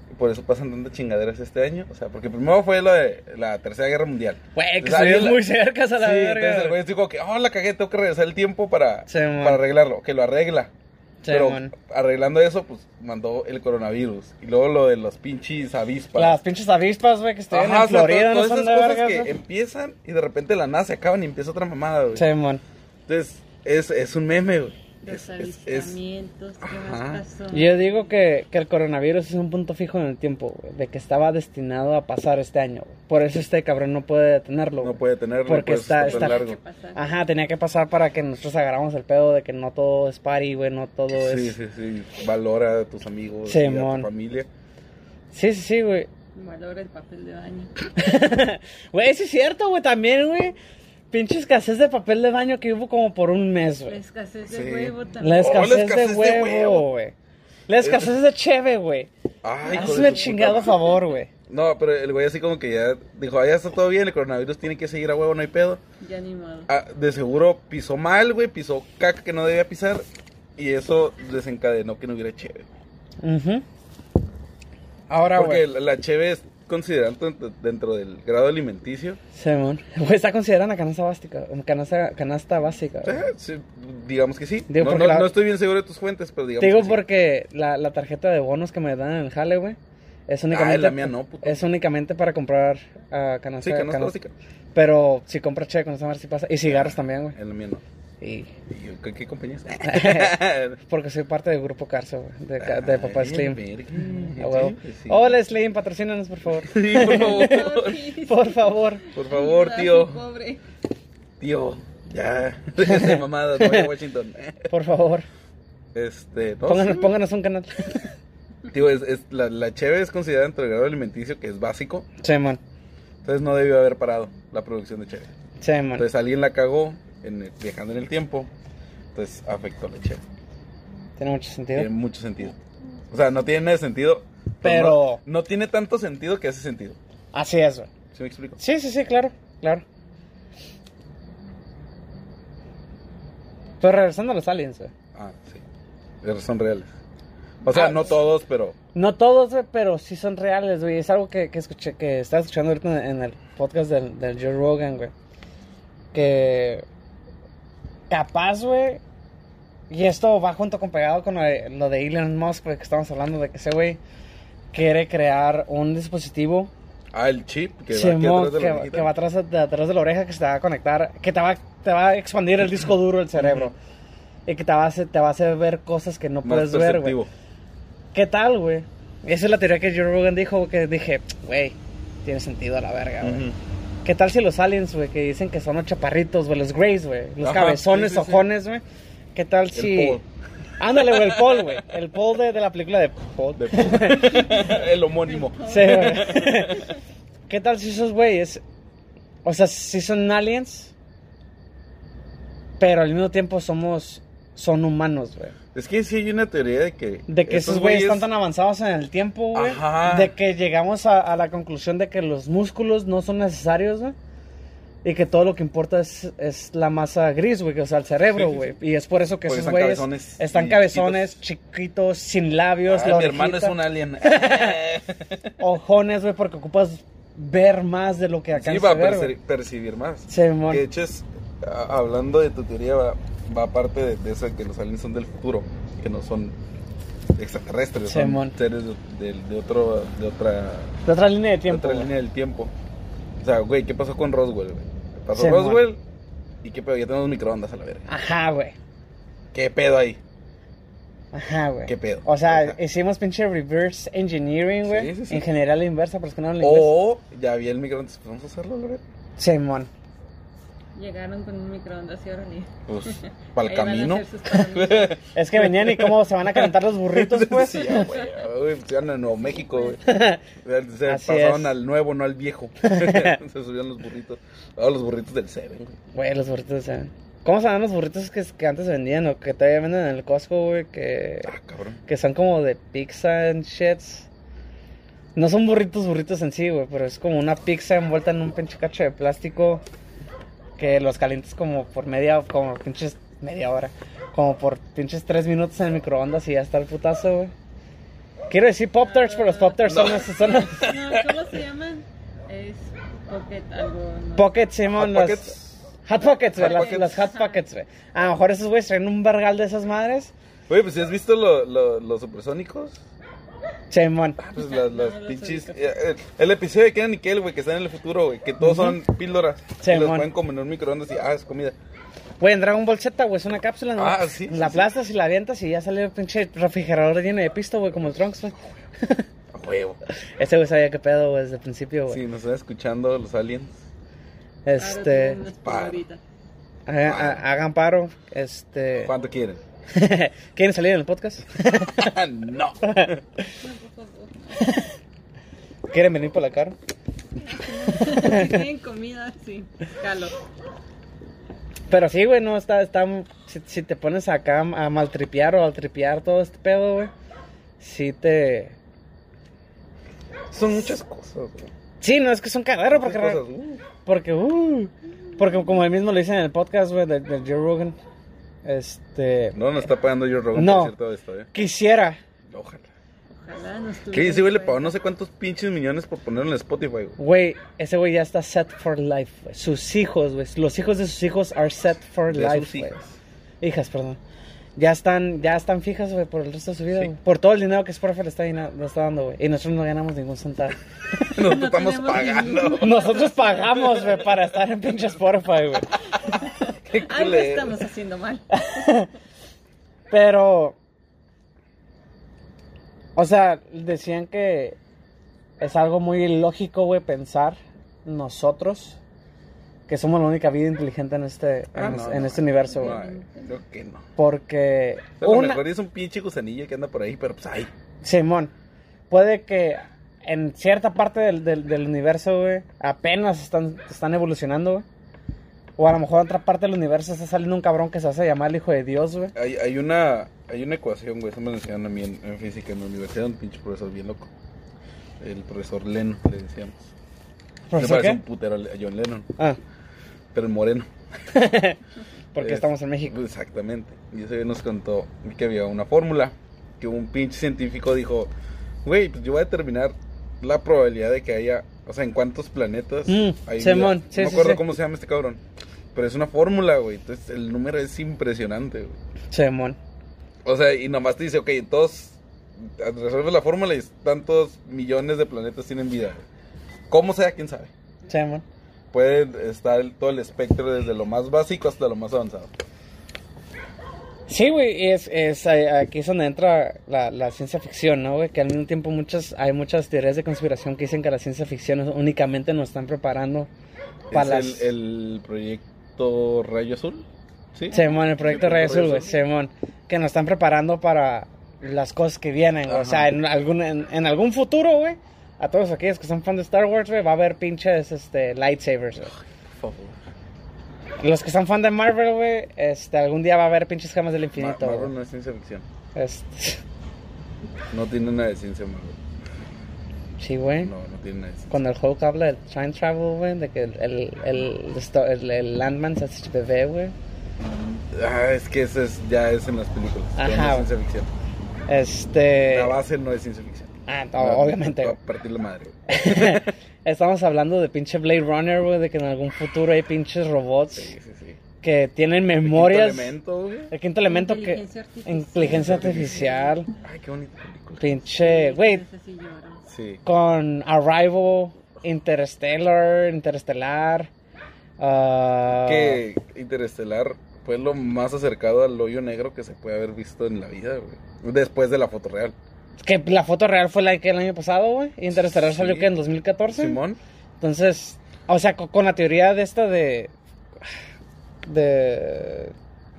y por eso pasan tantas chingaderas este año, o sea, porque primero fue lo de la Tercera Guerra Mundial.
Güey, que
O sea,
estuvimos
la-
muy cerca a
Sí,
la
entonces el
verga.
güey dijo que, oh, la cagué, tengo que regresar el tiempo para,
Sí, mon.
para arreglarlo, que lo arregla. Pero
Simón.
arreglando eso, pues mandó el coronavirus. Y luego lo de los pinches avispas.
Las pinches avispas, güey, que estuvieron
Ajá,
en
o sea,
Florida,
to-
no
todas
son
esas
de
cosas
verga.
que em- empiezan y de repente de la nada se acaban y empieza otra mamada, güey.
Simón.
Entonces, es, es un meme, güey.
Los
Es- es- es-
avistamientos, ¿qué
Ajá.
más pasó?
Yo digo que, que el coronavirus es un punto fijo en el tiempo, güey, de que estaba destinado a pasar este año. güey. Por eso este cabrón no puede detenerlo.
no
güey.
puede tenerlo,
Porque
pues,
está- Ah.
tan
está-
largo.
¿Qué pasa?
Ajá, tenía que pasar para que nosotros agarramos el pedo de que no todo es party, güey, no todo es...
Sí, sí, sí. Valora a tus amigos, y a
Simón.
tu familia.
Sí, sí, sí, güey. [laughs]
Valora el papel de baño.
Güey, sí es cierto, güey, también, güey. Pinche escasez de papel de baño que hubo como por un mes,
La
güey.
escasez
Sí.
de huevo
La
también.
Oh,
escasez,
la escasez
de
de
huevo,
huevo.
güey. La escasez de cheve, güey.
Ay, hijo de su
Hazme el
puta
chingado
madre.
favor, güey.
No, pero el güey así como que ya dijo, ah, ya está todo bien, el coronavirus tiene que seguir a huevo, no hay pedo.
Ya ni modo.
Ah, de seguro pisó mal, güey, pisó caca que no debía pisar. Y eso desencadenó que no hubiera cheve.
Ujú. Ahora, güey.
Porque la, la cheve es considerando dentro- dentro del grado alimenticio.
Simón. [laughs] Güey, está considerada una canasta básica. Canasta, canasta básica. güey.
Eh, sí, digamos que sí.
Ah. Digo,
no,
porque
no-
la-
no estoy bien seguro de tus fuentes, pero digamos
Te digo
que sí.
porque la, la tarjeta de bonos que me dan en el jale, güey, es únicamente.
Ah, la mía no, puto.
Es únicamente para comprar ah,
Sí, canasta
canasta. canasta-
básica. Ah, eh.
Pero si compras cheque, con esa madre sí pasa. Y cigarros también, güey.
En la mía no.
Y
Y yo, ¿Qué, qué compañía
[laughs]
es?
porque soy parte del grupo Carso, güey, de, ca- de Papá
Ah,
Slim.
verga. pues
A huevo.
Sí, sí.
Hola Slim, patrocínanos por favor.
[laughs] Sí, por favor.
[laughs] Por favor.
Por favor,
Ay,
tío.
Pobre.
Tío, ya. [laughs] Déjense de mamadas, no vaya a Washington.
Por favor.
Este, no,
Pónganos,
sí.
pónganos un canal. [laughs]
Tío, es, es- la, la cheve es considerada dentro del grado alimenticio, que es básico.
Sí, man.
Entonces no debió haber parado la producción de cheve.
Sí, man.
Entonces alguien la cagó en el- viajando en el tiempo. Entonces afectó la cheve.
Tiene mucho sentido.
Tiene mucho sentido. O sea, no tiene nada de sentido.
Pero-
No, no tiene tanto sentido que hace sentido.
Así es, güey.
¿Sí me explico?
Sí, sí, sí, claro, claro. Pero regresando a los aliens, güey.
Ah, sí. Pero Son reales. O sea,
Ah,
no
sí.
todos, pero.
No todos, güey, pero sí son reales, güey. Es algo que, que escuché, que estaba escuchando ahorita en el podcast del, del Joe Rogan, güey. Que capaz, güey. Y esto va junto con pegado con lo de, lo de Elon Musk, güey, que estamos hablando de que ese güey quiere crear un dispositivo
Ah, el chip que va aquí
Simón,
atrás de
que,
la
va-
orejita.
que va atrás de, atrás de la oreja que se te va a conectar, que te va, te va a expandir el disco duro del cerebro. Y que te va, a hacer, te va a hacer ver cosas que no
Más
puedes ver, güey.
perceptivo.
¿Qué tal, güey? Esa es la teoría que Joe Rogan dijo, que dije, güey, tiene sentido a la verga, güey.
Ujú.
¿Qué tal si los aliens, güey, que dicen que son los chaparritos, güey, los greys, güey, los
Ajá,
cabezones,
sí, sí, sí.
ojones, güey? ¿Qué tal si...
Paul.
Ándale, güey, el Paul, güey. El Paul de, de la película de Paul.
De poco. [laughs] el homónimo.
Sí, güey. [laughs] ¿Qué tal si esos güeyes? O sea, si son aliens, pero al mismo tiempo somos. Son humanos, güey.
Es que sí hay una teoría de que.
De que esos güeyes están tan avanzados en el tiempo, güey.
Ajá.
De que llegamos a, a la conclusión de que los músculos no son necesarios, güey. Y que todo lo que importa es, es la masa gris, güey, que- o sea, el cerebro,
Sí, sí,
güey.
sí.
Y es por eso que
Porque
esos
están
güeyes
cabezones
están
y
cabezones, chiquitos, sin labios.
Ah,
la
mi hermano es
orejita.
un alien.
ojones, güey, porque ocupas ver más de lo [laughs] que
sí,
alcanzas
va
a
a
ver,
perci-
güey.
percibir más.
Sí, mon.
Que de hecho es, a- hablando de tu teoría, va, va parte de, de eso de que los aliens son del futuro, que no son extraterrestres,
Sí,
son
mon.
seres de, de- de otro, de otra,
De otra línea de
de
tiempo.
otra
güey.
línea del tiempo. O sea, güey, ¿qué pasó con Roswell? Güey? Pasó
Sí, mon.
Roswell y qué pedo, ya tenemos microondas a la verga.
Ajá, güey.
¿Qué pedo ahí?
Ajá, güey.
¿Qué pedo?
O sea,
Ajá.
hicimos pinche reverse engineering, güey.
Sí, Oh. sí, sí.
En general inversa, pero es que no la inversa.
O ya vi el microondas, pues vamos a hacerlo, la verga.
Simón.
Llegaron con un microondas y ahora ni. [laughs]
Pues, para el
Ahí van a
camino.
hacer sus palomitas.
[laughs]
Es que venían y cómo se van a calentar los burritos, pues. [laughs]
Sí, ya, güey. Uy, se van a Nuevo México, güey. Se
Así
pasaron
es.
al nuevo, no al
[laughs]
viejo. [laughs] se subieron los burritos. Ahora los burritos del Seven, güey.
Güey, los burritos, ¿saben? ¿Cómo se llaman los burritos que, que antes vendían o que todavía venden en el Costco, güey? Que,
Ah, cabrón.
que son como de pizza and shits. No son burritos, burritos en sí, güey, pero es como una pizza envuelta en un pinche cacho de plástico que los calientes como por media, como pinches media hora, como por pinches tres minutos en el microondas y ya está el putazo, güey. Quiero decir Pop Tarts, pero los Pop Tarts son,
No.
los, son los
No, ¿cómo se llaman? Es Pocket algo. No.
Pockets,
Hot
Simón, los
Pockets.
Hot Pockets, güey,
Hot
las,
Pockets.
las Hot Pockets, güey. A lo mejor esos güeyes traen un vergal de esas madres.
Oye, pues si has visto lo- lo- los supersónicos.
Simón.
[laughs]
Pues las,
No,
las
los
pinches.
ubico.
eh, eh, el episodio de Kenan y Kel, güey, que están en el futuro, güey. Que todos son píldoras.
Sí,
y los
mon.
pueden comer en un microondas y, ah, es comida.
Güey, en Dragon Ball Z, güey, es una cápsula, ¿no?
Ah, sí, sí,
La aplastas y la avientas y ya sale el pinche refrigerador lleno de pisto, güey, como el Trunks, güey.
A huevo.
Este güey sabía qué pedo, güey, desde el principio, güey.
Sí, nos están escuchando los aliens.
Ahora
Este,
tienen unas
Para.
palomitas.
hagan, ha- hagan paro, este...
¿Cuánto quieren?
[laughs]
[laughs]
¿Quieren salir en el podcast?
no.
No, por favor. [laughs]
¿Quieren venir por la cara?
Si tienen comida, sí. Calo.
Pero sí, güey, no, está, está, si, si te pones acá a maltripear o a tripear todo este pedo, güey, sí te...
Son muchas cosas, güey.
Sí, no, es que es un cagadero, porque...
Muchas cosas. Uh.
Porque, uh, porque como él mismo lo dice en el podcast, güey, del del Joe Rogan, este,
No, no está pagando yo Rogan
No.
por cierto esto, eh.
quisiera,
Ojalá.
Ojalá nos
Que
tuvieran
ese güey le
cuenta.
pagó no sé cuántos pinches millones por ponerlo en Spotify, güey.
güey, ese güey ya está set for life, güey. Sus hijos, güey, los hijos de sus hijos are set for
De sus
life,
[laughs]
güey.
hijas.
Hijas, perdón. Ya están, ya están fijas, güey, por el resto de su vida,
Sí.
güey. Por todo el dinero que Spotify le está, dina- le está dando, güey. Y nosotros no ganamos ningún centavo. [laughs]
Nosotros
No
estamos [laughs]
tenemos
pagando.
ninguno.
Nosotros pagamos, güey, para estar en pinche Spotify, güey.
Algo estamos haciendo
[laughs]
mal.
Pero. O sea, decían que es algo muy lógico, güey, pensar nosotros que somos la única vida inteligente en este,
Ah,
en,
no,
en
no,
este universo,
no,
güey.
eh, creo que no.
Porque.
O sea, a lo
una-
mejor es un pinche gusanillo que anda por ahí, pero pues ay.
Simón, puede que en cierta parte del, del- del universo, güey, apenas están, están evolucionando, güey. O a lo mejor en otra parte del universo está saliendo un cabrón que se hace llamar el hijo de Dios, güey.
Hay, hay una hay una ecuación, güey, eso me lo enseñaron a mí en, en física en la universidad, un pinche profesor bien loco. El profesor Lennon, le decíamos. Me
¿Profesor
parece
qué?
un putero a John Lennon,
Ah,
pero el moreno.
porque
Es-
estamos en México.
Exactamente. Y ese güey nos contó que había una fórmula que un pinche científico dijo, güey, pues yo voy a determinar la probabilidad de que haya, o sea, en cuántos planetas
Mm,
hay
Simón,
vida".
sí,
no me
sí,
acuerdo
sí.
cómo se llama este cabrón, pero es una fórmula, güey. Entonces el número es impresionante, güey.
Simón.
O sea, y nomás te dice, ok, todos resuelves la fórmula y tantos millones de planetas tienen vida. güey. ¿Cómo sea? ¿Quién sabe?
Simón.
Puede estar el- todo el espectro desde lo más básico hasta lo más avanzado.
Sí, güey, es, es ahí- aquí es donde entra la, la ciencia ficción, ¿no, güey? Que al mismo tiempo muchas, hay muchas teorías de conspiración que dicen que la ciencia ficción es- únicamente nos están preparando
es
para las...
el, el proyecto Rayo Azul. ¿Sí?
Simón, el proyecto
El
Rey
proyecto
Azul, güey,
Rayo Azul.
Simón. Que nos están preparando para las cosas que vienen, güey. O sea,
Ajá.
en algún, en, en algún futuro, güey, a todos aquellos que son fans de Star Wars, güey, va a haber pinches este, lightsabers, güey.
Por favor.
Los que son fan de Marvel, güey, este, algún día va a haber pinches gemas del
Ma-
infinito,
Marvel
güey.
no es ciencia ficción.
Este, [laughs]
No tiene nada de ciencia, Marvel.
sí, güey.
No, no tiene nada de ciencia.
Cuando el Hulk habla del time travel, güey, de que el, el, el, esto- el- el Landman se hace bebé, güey.
Ah, es que eso es, ya es en las películas. ya
Ajá,
no es ciencia ficción.
Este...
La base no es ciencia ficción.
Ah, no,
No,
obviamente,
A
güey.
partir la madre. güey.
Estamos hablando de pinche Blade Runner, güey, de que en algún futuro hay pinches robots
Sí, sí,
[laughs]
sí.
que tienen
El
memorias.
quinto elemento, güey.
El quinto elemento que.
Inteligencia artificial.
Inteligencia artificial.
Ay, qué bonita película.
Pinche. Eh, Güey,
Esa sí lloro.
Sí.
con Arrival, Interstellar, Interestelar. ah,
Que Interestelar fue lo más acercado al hoyo negro que se puede haber visto en la vida, güey. Después de la foto real.
Que la foto real fue la que el año pasado, güey. y Interestelar
Sí.
salió que en 2014.
Simón.
Entonces, o sea, co- con, la teoría de esta de. de.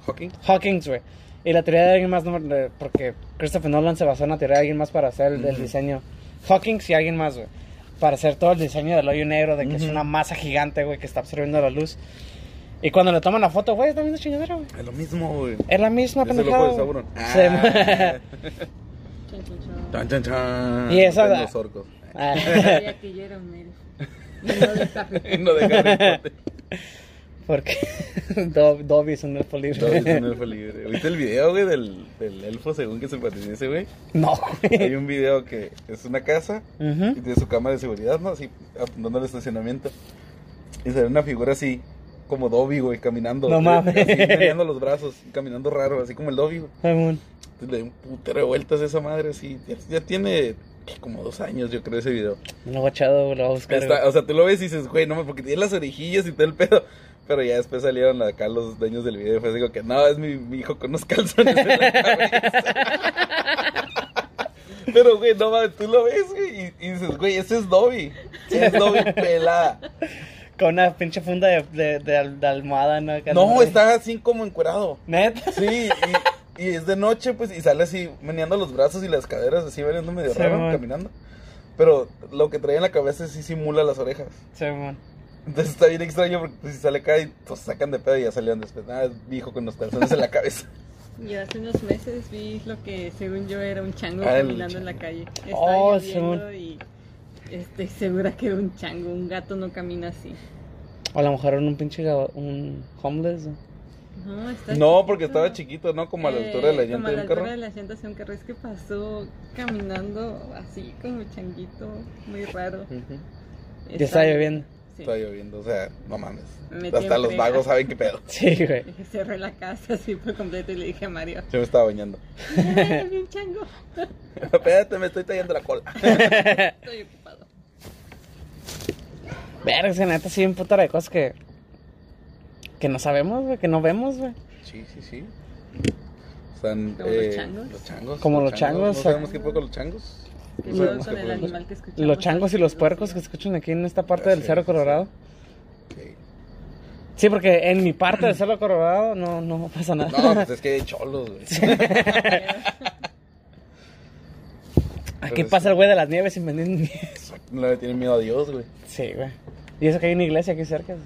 Hawking.
Hawkins, güey. Y la teoría de alguien más, no, de- porque Christopher Nolan se basó en la teoría de alguien más para hacer el, el
Ujú.
diseño. Hawkins y alguien más, güey. Para hacer todo el diseño del hoyo negro, de que es
Ujú.
una masa gigante, güey, que está absorbiendo la luz. Y cuando le toman la foto, güey, es la misma chingadera, güey.
Es lo mismo, güey.
Es la misma
Es el ojo
pendejada.
de Sauron.
[laughs] Se-
Chan, chan, chan.
Ah, Chan, chan, chan.
Y esa-
Matan Los orcos. [laughs]
[laughs] Ah,
Sabía que yo era un elfo. Y no de Harry Potter.
no de Harry Potter.
Porque [laughs] Dob- Dobby es un elfo libre.
No, es un elfo libre. ¿Viste el video, güey, del, del elfo según que se pertenece,
[laughs]
güey?
[laughs] No, güey.
Hay un video que es una casa y
Ujú.
tiene su cámara de seguridad, ¿no? Así, apuntando al estacionamiento. Y se ve una figura así, como Dobby, güey, caminando.
No
güey,
mames.
Así, meneando los brazos, caminando raro, así como el Dobby, güey.
Simón.
Entonces le dio un putero de vueltas a esa madre, así. Ya, ya tiene ¿qué? como dos años, yo creo, ese video.
No lo he echado, güey, lo voy a buscar.
Está-
güey.
o sea, tú lo ves y dices, güey, no mames, porque tiene las orejillas y todo el pedo. Pero ya después salieron acá los dueños del video y fue así como que, no, es mi, mi hijo con unos calzones en la cabeza". [laughs] Pero, güey, no mames, tú lo ves, güey, y, y dices, güey, ese es Dobby. Ese es Dobby pelada.
Con una pinche funda de, de, de al- de almohada, ¿no? Acá,
No, está así como encuerado.
Neta. [laughs]
Sí, y, y es de noche, pues, y sale así, meneando los brazos y las caderas, así, veniendo medio
Sí,
raro,
mon.
caminando. Pero lo que trae en la cabeza sí simula las orejas.
Simón.
Entonces está bien extraño porque pues, si sale acá y pues, sacan de pedo y ya salieron después. Ah, es mi hijo con los calzones en la
[laughs]
cabeza. [laughs]
Yo hace unos meses vi lo que según yo era un chango
Ah, el
caminando en la
chango.
calle. Estaba
Oh,
lloviendo y estoy segura que era un chango. Un gato no camina así.
O a lo mejor era un pinche gab- un homeless. ¿no?
No, está
No, porque estaba chiquito, ¿no? Como a la
Eh,
altura de la
Como
llanta
a
de
la
un carro.
altura de la llanta de un carro. Es que pasó caminando así como changuito. Muy raro.
Ya estaba lloviendo. [laughs]
Sí.
Está lloviendo, o sea, no mames.
Me
Hasta
tienen
los
pena.
vagos saben qué pedo.
Sí, güey.
Y Cerré la casa así por completo y le dije
[laughs]
a Mario,
Yo me estaba bañando.
"Ay, vi un chango.
Espérate, me estoy tallando la
[laughs]
cola.
Estoy ocupado.
Verga, es que neta, sí, un putero de cosas que. Que no sabemos, güey, que no vemos, güey.
Sí, sí, sí. Están,
Como los changos.
Los changos.
Como los changos,
No
ah.
sabemos qué fue con los changos.
Que
No
todo
sabemos
con
qué fue con
el
Pues, los-
animal que escuchamos.
Los changos y los
Sí,
puercos que
sí.
escuchan aquí en esta parte del
Ah, Sí,
Cerro
sí,
Colorado.
Sí.
Sí, porque en mi parte del Cerro Colorado no, no pasa nada.
No, pues es que hay cholos, güey.
[laughs]
[laughs]
Aquí
pues,
pasa el güey de las nieves sin vender [laughs] ni-
No le tienen miedo a Dios, güey.
Sí, güey. Y eso que hay una iglesia aquí cerca.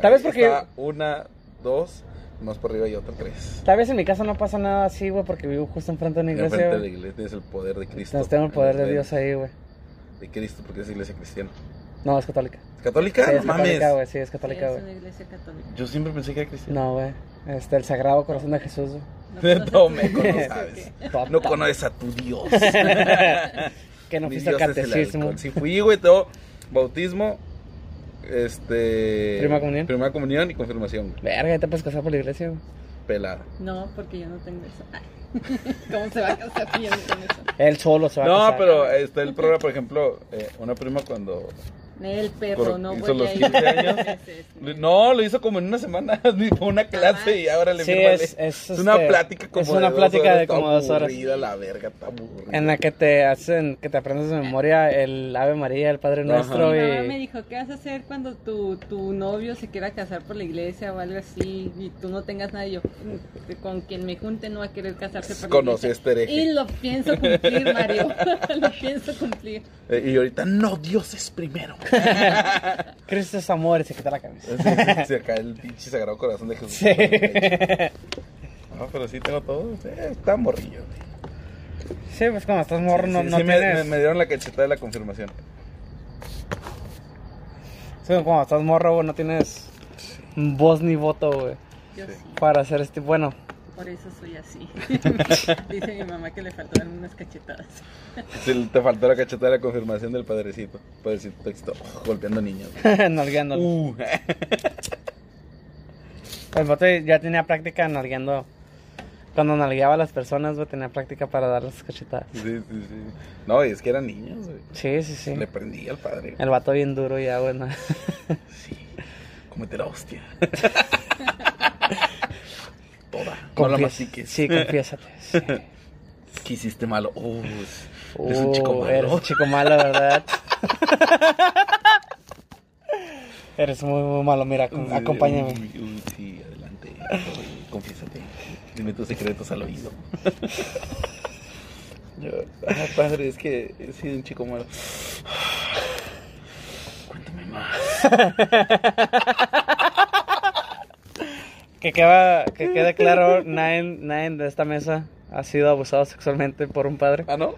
Tal vez
Ahí
porque-
está una, dos, más por arriba y otra, tres.
Tal vez en mi casa no pasa nada así, güey, porque vivo justo enfrente de una iglesia.
Enfrente de la
güey.
iglesia tienes el poder de Cristo.
Entonces tengo el poder de
Enfrente
Dios ahí, güey.
De Cristo, porque es iglesia cristiana.
No, es católica.
¿Católica?
Sí,
Ah, no
es católica,
mames.
güey. Sí, es
Sí,
católica,
es
güey.
una iglesia católica.
Yo siempre pensé que era cristiana.
No, güey. Este, el Sagrado Corazón de Jesús,
[laughs]
güey.
No,
conoces
me
tu Dios,
conoces.
¿o qué?
Top,
No
top.
conoces a tu
[laughs]
Dios.
que no
Mi
fuiste al
Dios es el
catecismo.
alcohol. Sí fui, güey, todo. Bautismo, este...
Primera comunión.
Primera comunión y confirmación, güey.
Verga, ya te puedes casar por la iglesia, güey.
Pelada.
No, porque yo no tengo eso. Ay, [laughs] ¿Cómo se va a casar si yo no tengo eso?
Él solo se va a
No,
casar.
pero eh, está el programa, por ejemplo, eh, una prima cuando...
Nel, perro,
Por-
no
hizo
voy
los
a ir.
15
[laughs]
años.
Ese es Nel.
No, lo hizo como en una semana, [laughs] ni fue una clase y ahora le
Ah. Sí,
fírmale.
es- es,
una
este,
plática como
es una
dos
plática
horas,
de
está
como dos horas.
aburrida la verga, está aburrida.
En la que te hacen, que te aprendes de memoria el Ave María, el Padre Nuestro
Mi
y...
mamá me dijo, ¿qué vas a hacer cuando tu, tu novio se quiera casar por la iglesia o algo así y tú no tengas nadie? Yo, "Mm, con quien me junte no va a querer casarse por
Conocí a
la iglesia.
este hereje.
Y lo pienso cumplir, Mario. [laughs] lo pienso cumplir.
Eh, Y ahorita, no, Dios es
[laughs]
primero.
Cristo es amor y se quita la camisa.
Sí, sí, sí, acá el pinche sagrado corazón de Jesús.
Sí.
No, pero sí tengo todo. Eh, está morrillo. güey.
Sí, pues cuando estás morro no,
Sí,
no
sí, me-
tienes...
me, me dieron la cachetada de la confirmación.
Sí, cuando estás morro, güey, no tienes voz ni voto, güey,
Yo sí.
para hacer este... Bueno, [laughs]
Por eso soy así. [laughs] Dice mi mamá que le faltaron unas cachetadas.
Sí, te faltó la cachetada de la confirmación del padrecito. Padrecito texto, oh, golpeando niños.
nalgueando.
Uh, [laughs]
Pues, El vato ya tenía práctica nalgueando. Cuando nalgueaba a las personas, güey, tenía práctica para dar las cachetadas.
sí, sí, sí. No, y es que eran niños, güey.
Sí, sí, sí.
Le prendí al padre.
El vato bien duro ya,
[laughs]
güey. no.
Sí. Cómete la hostia. [laughs] Toda. No la
Confies-
mastiques.
Sí, confiésate.
[laughs]
Sí.
¿Qué hiciste malo? Uh, Oh, eres
Uh,
un chico
Eres
malo.
un chico malo, ¿verdad? [laughs] eres muy, muy malo. Mira, acom-
Uy,
acompáñame.
uy, uy, sí, adelante. Confiésate. Dime tus secretos al oído. [laughs] Yo, ah, padre, es que he sido un chico malo. Cuéntame más.
Que, queda, que quede claro, nadie, nadie de esta mesa ha sido abusado sexualmente por un
[laughs]
padre.
¿Ah, no?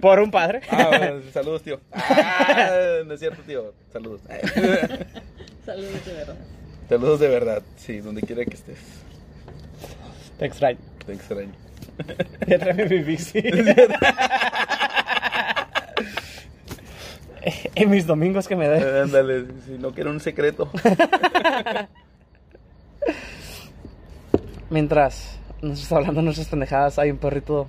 Por un padre.
Ah, [laughs] bueno, saludos, tío. Ah, no es cierto, tío. Saludos. [laughs]
Saludos de verdad.
Saludos de verdad, sí, donde quiera que estés.
Te extraño.
Te extraño.
[laughs] Ya tráeme mi bici. [laughs] en mis domingos que me da.
Eh, Ándale, si no quiero un
[laughs]
secreto.
Mientras nos está hablando nuestras pendejadas, hay un perrito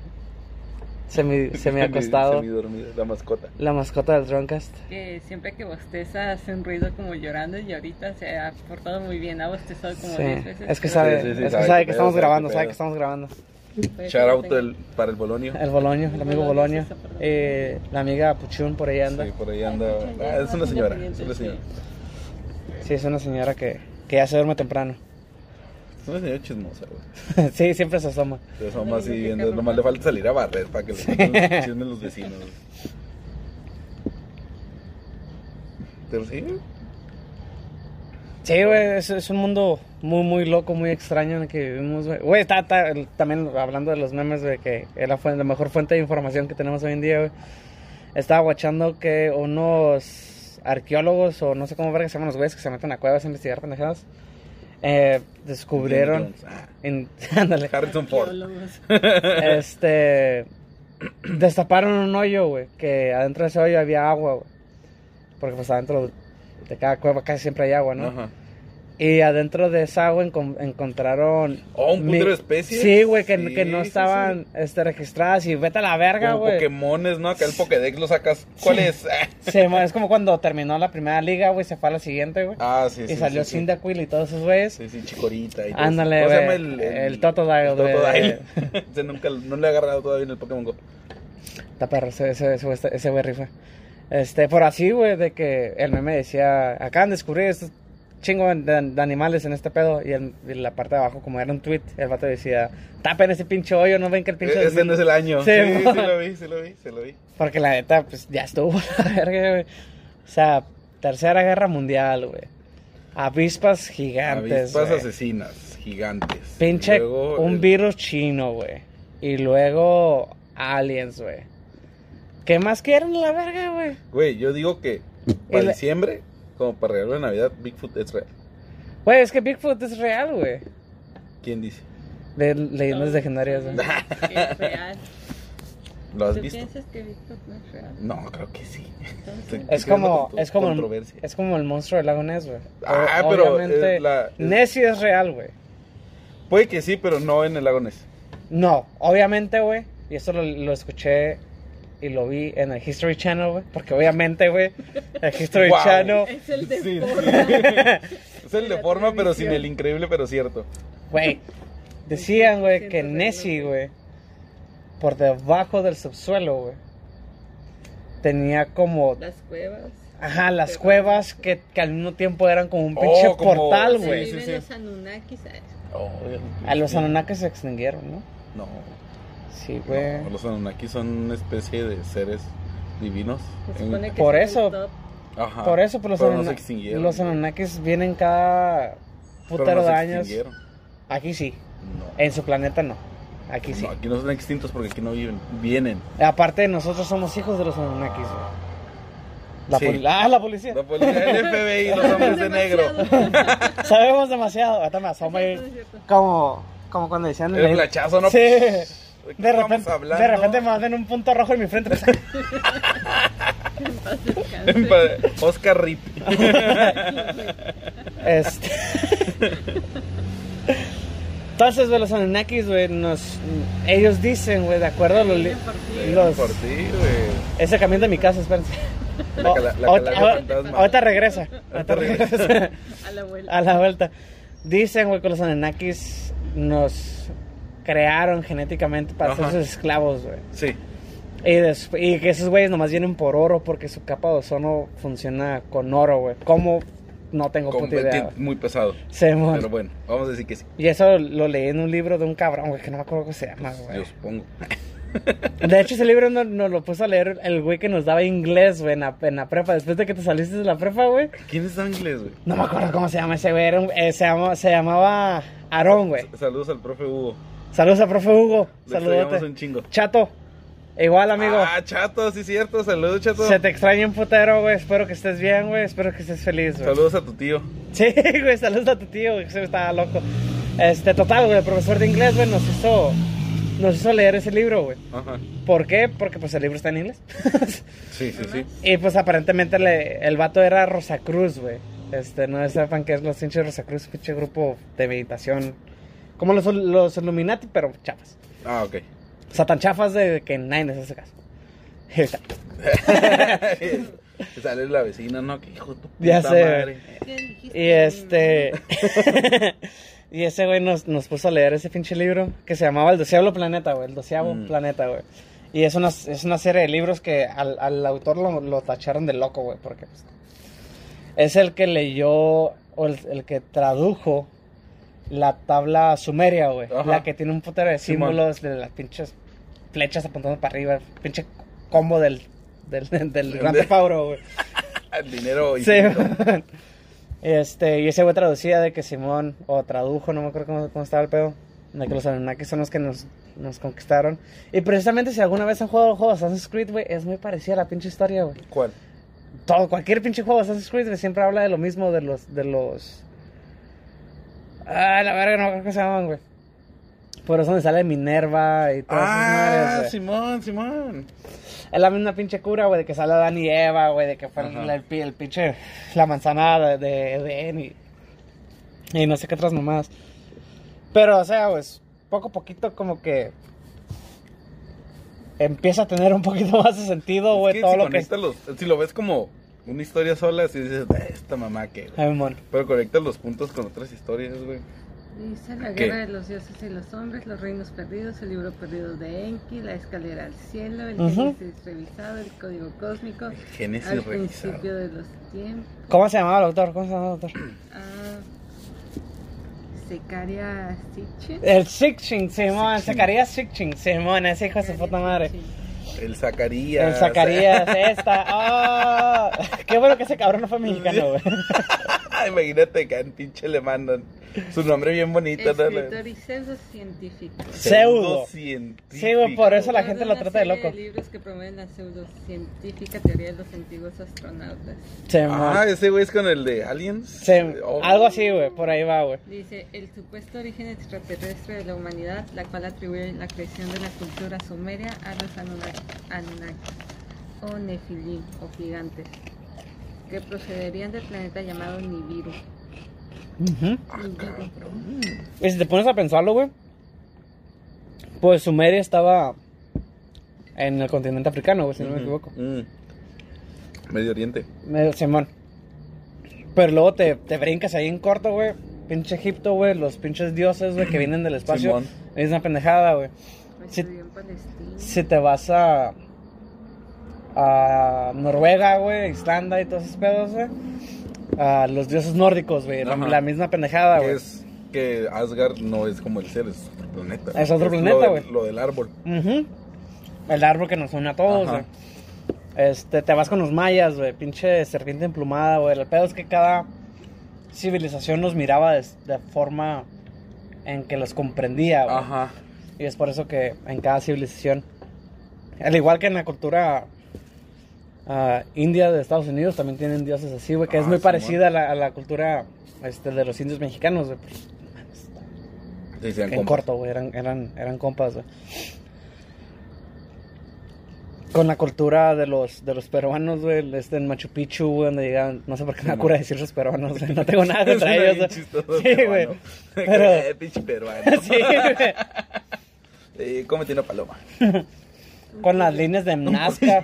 semi,
[laughs]
semi acostado.
Semi dormido, la mascota.
La mascota del Droncast.
Que siempre que bosteza hace un ruido como llorando y ahorita se ha portado muy bien. Ha bostezado como
Sí.
10 veces.
Es que sabe,
Sí, sí, sí,
es que
sabe
sabe
qué pedo,
que estamos
sabe
grabando,
qué
sabe
pedo.
que estamos grabando.
Puede ser
Shout
que
out
tenga-
el- para el Bolonio.
El Boloño, el amigo
Boloño,
Boloño.
sí, sí, perdón.
eh, la amiga Puchun por ahí anda.
Sí, por ahí anda.
Ay,
Ah, es una
sí,
señora.
sí.
Es una señora.
Sí, es una señora que, que ya se duerme temprano. [laughs]
Es una señora chismosa, güey.
sí, siempre se asoma.
Entonces, vamos así
Ay, qué
viendo.
cabrón.
Nomás le falta salir a barrer para que le manden los chismes los vecinos. Pero sí, ¿eh?
Sí, güey, es, es un mundo muy, muy loco, muy extraño en el que vivimos, güey. Güey, está, está, el- también hablando de los memes, de que es la, fuen- la mejor fuente de información que tenemos hoy en día, güey. Estaba guachando que unos arqueólogos, o no sé cómo verga se llaman los güeyes que se meten a cuevas a investigar pendejadas, eh, descubrieron...
Ah,
en- [laughs] ándale,
Harrison Ford.
Arqueólogos.
este... Destaparon un hoyo, güey, que adentro de ese hoyo había agua, güey. Porque pues adentro de cada cueva casi siempre hay agua, ¿no?
Ajá.
Y adentro de esa agua encon- encontraron.
Oh, un putero
mi-
de especies.
Sí, güey, que,
Sí,
que no
sí,
estaban Este, registradas. Y vete a la verga,
Como
güey.
Pokémones, ¿no? Acá el Pokédex lo sacas. ¿Cuál es?
Se mo- es como cuando terminó la primera liga, güey, se fue a la siguiente, güey.
Ah, sí,
y
sí.
salió
sí, sí.
Cyndaquil y todos esos güeyes.
Sí, sí, Chicorita y todo eso.
Ándale,
¿Cómo se
güey,
llama
el Totodile,
el
güey.
Totodile? [laughs] Ese nunca, no le he agarrado todavía en el Pokémon GO.
Está perro, ese, ese, ese, güey está- ese güey rifa. Este, por así, güey, de que el meme decía, acaban de descubrir estos chingo de, de animales en este pedo. Y, el- y la parte de abajo, como era un tweet, el vato decía, tapen ese pinche hoyo, no ven que el pinche...
E, Ese no es el año.
Sí,
Sí, sí,
mo-
lo vi, sí lo vi, sí lo vi.
Porque la neta, pues, ya estuvo [laughs] la verga, güey. O sea, Tercera Guerra Mundial, güey. Avispas gigantes,
Avispas
güey.
asesinas, gigantes.
Pinche
Luego
un
el-
virus chino, güey. Y luego aliens, güey. ¿Qué más quieren la verga, güey?
Güey, yo digo que para
El-
diciembre, como para regalo de Navidad, Bigfoot es real.
Güey, es que Bigfoot es real, güey.
¿Quién dice?
De leyendas legendarias, güey.
Es real.
[laughs] ¿Lo has
¿Tú
visto?
piensas que Bigfoot no es real?
No, creo que sí. [laughs]
Entonces,
Sí.
Es como,
Creando
es como, el,
controversia.
es como el monstruo del lago Ness, güey.
Ah,
O-
pero,
obviamente,
eh, la-
Nessie es real, güey.
Puede que sí, pero no en el lago Ness.
No, obviamente, güey. Y esto lo, lo escuché y lo vi en el History Channel, güey. Porque obviamente, güey, el History
Wow.
Channel,
Es el de
Sí,
forma.
[laughs] Es el de
La
forma, pero sin
televisión.
el increíble, pero cierto.
[laughs]
güey, decían, güey,
Siento
que
que no,
Nessie,
güey.
güey, por debajo del subsuelo, güey, tenía como
Las cuevas.
Ajá, las cuevas que, que al mismo tiempo eran como un pinche
Oh, como-
portal,
Sí,
güey.
sí,
Se viven
sí.
los Anunnakis. ¿sabes?
Oh, A los Anunnakis se extinguieron, ¿no?
No,
Sí, güey.
no, los Anunnaki son una especie de seres divinos.
Se
En-
supone que
Por
son el
eso-
top.
Ajá,
Por eso, por los,
pero no
Anunna-
se extinguieron.
los Anunnakis vienen cada
Pero
putero
no se
de años.
extinguieron.
Aquí sí,
No.
en su planeta no. Aquí sí.
No, aquí no son extintos porque aquí no viven. Vienen.
Aparte, nosotros somos hijos de los Anunnakis, güey. La
Sí.
poli- Ah, la policía.
La policía, pues, el FBI,
[laughs]
los
[laughs]
hombres de negro.
Demasiado.
Sabemos demasiado. Ahorita me asomo
No,
y-
no es cierto.
como, como cuando decían... en
El
la-
flachazo, ¿no?
Sí.
¿De qué
De
estamos
repente, de
hablando? [laughs]
repente me hacen un punto rojo en mi frente.
En paz descanse.
Oscar
[laughs]
Rip.
Este. Entonces, güey, los Anunnakis, güey, nos. Ellos dicen, güey, de acuerdo a los. li-
Vienen por ti.
los
Por ti, güey.
ese camión de mi casa, espérense.
La cala- la
Ahorita-
calaca
ahor-
fantasma.
ahorita regresa. Ahorita
Ahorita
regresa.
A la vuelta.
a la vuelta. Dicen, güey, que los Anunnakis nos crearon genéticamente para ser
Ajá.
sus esclavos, güey.
Sí.
Y, des- y que esos güeyes nomás vienen por oro porque su capa de ozono funciona con oro, güey. ¿Cómo? No tengo
Con-
puta idea. güey.
muy pesado.
Se mon-
Pero bueno, vamos a decir que sí.
Y eso lo leí en un libro de un cabrón, güey, que no me acuerdo cómo se llama, güey.
Yo supongo.
De hecho, ese libro no- nos, lo puso a leer el güey que nos daba inglés, güey, en la, en la prepa. Después de que te saliste de la prepa, güey.
¿Quién es inglés, güey?
No me acuerdo cómo se llama ese güey. era un- eh, se, llama- se llamaba Aarón, güey.
Saludos al profe Hugo.
Saludos a profe Hugo.
Le extrañamos
Saludote.
un chingo.
Chato. Igual, amigo.
Ah, chato, sí, cierto. Saludos, chato.
Se te extraña un putero, güey. Espero que estés bien, güey. Espero que estés feliz, güey.
Saludos a tu tío.
[laughs] Sí, güey, saludos a tu tío, güey, que se estaba loco. Este, total, güey, el profesor de inglés, güey, nos hizo, nos hizo leer ese libro, güey.
Ajá.
¿Por qué? Porque pues el libro está en inglés. [laughs]
Sí, sí, sí.
y pues aparentemente le- el vato era Rosacruz, güey. Este, no sepan que es los hinchas de Rosacruz, pinche grupo de meditación. Como los, los Illuminati, pero chafas.
Ah,
[laughs]
ok.
O sea, tan chafas de que nadie les hace caso. Y ahorita,
Y Sale la vecina, ¿no? Que hijo de tu puta
Ya sé,
madre.
¿Qué dijiste?
Y este. [laughs] y ese güey nos, nos puso a leer ese pinche libro que se llamaba El Doceavo Planeta, güey. El Doceavo
Mm.
Planeta, güey. Y es una, es una serie de libros que al, al autor lo, lo tacharon de loco, güey. Porque pues, es el que leyó o el, el que tradujo la tabla sumeria, güey.
Ajá.
La que tiene un putero de
Simón.
símbolos de las pinches flechas apuntando para arriba. Pinche combo del, del, [laughs] del, Gran
De-
Pauro, güey.
Ah, El dinero.
Sí.
infinito.
[laughs] Este, y ese güey traducía de que Simón, o tradujo, no me acuerdo cómo, cómo estaba el pedo, de que los Anunnakis son los que nos, nos conquistaron. Y precisamente si alguna vez han jugado juegos Assassin's Creed, güey, es muy parecida a la pinche historia, güey.
¿Cuál?
Todo, cualquier pinche juego de Assassin's Creed, güey, siempre habla de lo mismo, de los, de los... Ah, la verga, no me acuerdo cómo se llaman, güey. Por eso donde sale Minerva y todas esas madres,
Ah,
güey.
Simón, Simón.
Es la misma pinche cura, güey, de que sale Adán y Eva, güey, de que fue el,
Ajá.
el pi- el pinche. La manzana de, de Edén y. Y no sé qué otras mamadas. Pero, o sea, pues, poco a poquito como que empieza a tener un poquito [laughs] más de sentido, güey,
Es que
todo
si,
lo que...
conectas los- si lo ves como una historia sola, si dices, "Ah, esta mamá que...
Ay, mon.
Pero conectas los puntos con otras historias, güey.
Dice la
¿Qué?
guerra de los dioses y los hombres, los reinos perdidos, el libro perdido de Enki, la escalera al cielo, el
Ujú.
Génesis revisado, el código cósmico,
El
al
Génesis revisado.
principio de los tiempos.
¿Cómo se llamaba el autor? ¿Cómo se llamaba
[clears throat]
el autor?
Ah, Secaria Sitchin.
El Sixing, Simón,
Sitchin.
Zacarías Sitchin, Simón, ese hijo de su puta madre.
El Zacarías.
El
[laughs]
Zacarías, esta. ah, [laughs] Qué bueno que ese cabrón no fue mexicano, güey.
Imagínate que en pinche le mandan su nombre bien bonito, ¿no?
Escritor y pseudocientífico.
Pseudo.
Pseudocientífico.
Sí, güey, por eso la
Autor
gente
una
lo trata de
serie
loco.
libros que promueven la pseudocientífica teoría de los antiguos astronautas.
Simón.
Ah, ese güey es con el de Aliens.
Sim-
Oh.
Algo así, güey, por ahí va, güey.
Dice, el supuesto origen extraterrestre de la humanidad, la cual atribuye la creación de la cultura sumeria a los Anunnaki, Anunnaki, o Nefilim, o gigantes, que procederían del planeta llamado Nibiru.
Ujú.
Ah,
Nibiru.
cabrón.
Y si te pones a pensarlo, güey, pues Sumeria estaba en el continente africano, güey, si no me equivoco.
Mm. Medio Oriente.
Medio Simón. Pero luego te, te brincas ahí en corto, güey. Pinche Egipto, güey. Los pinches dioses, güey, que vienen del espacio.
Simón.
Es una pendejada, güey. Sí.
Estudió en Palestina.
Si te vas a. A Noruega, güey. Islanda y todos esos pedos, güey. A los dioses nórdicos, güey. La,
Ajá.
la misma pendejada,
Que
Ah, güey.
es que Asgard no es como el ser, es otro planeta.
Es otro
lo
planeta,
del-
güey.
Lo del árbol.
Ujú. El árbol que nos une a todos,
Ajá.
güey. Este, te vas con los mayas, güey. Pinche serpiente emplumada, güey. El pedo es que cada civilización los miraba de, de forma en que los comprendía, Ah, güey.
Ajá.
Y es por eso que en cada civilización, al igual que en la cultura ah, india de Estados Unidos, también tienen dioses así, güey, que es
Ah,
muy
Simón.
parecida a la, a la cultura este, de los indios mexicanos, güey. pues,
Sí, sean
En
[laughs] compas.
corto, güey, eran, eran, eran compas, güey. Con la cultura de los, de los peruanos, güey, el- este, en Machu Picchu, güey, donde llegaban, no sé por qué me
Simón.
ocurre decir los peruanos, güey,
[laughs]
no tengo nada Ah, contra
Suena
ellos,
bien
güey.
chistoso,
Sí,
[laughs]
güey.
peruano.
Pero-
Eh, pinche peruano.
[laughs] Sí, güey.
Eh, cómete una paloma.
Con las líneas de Nazca.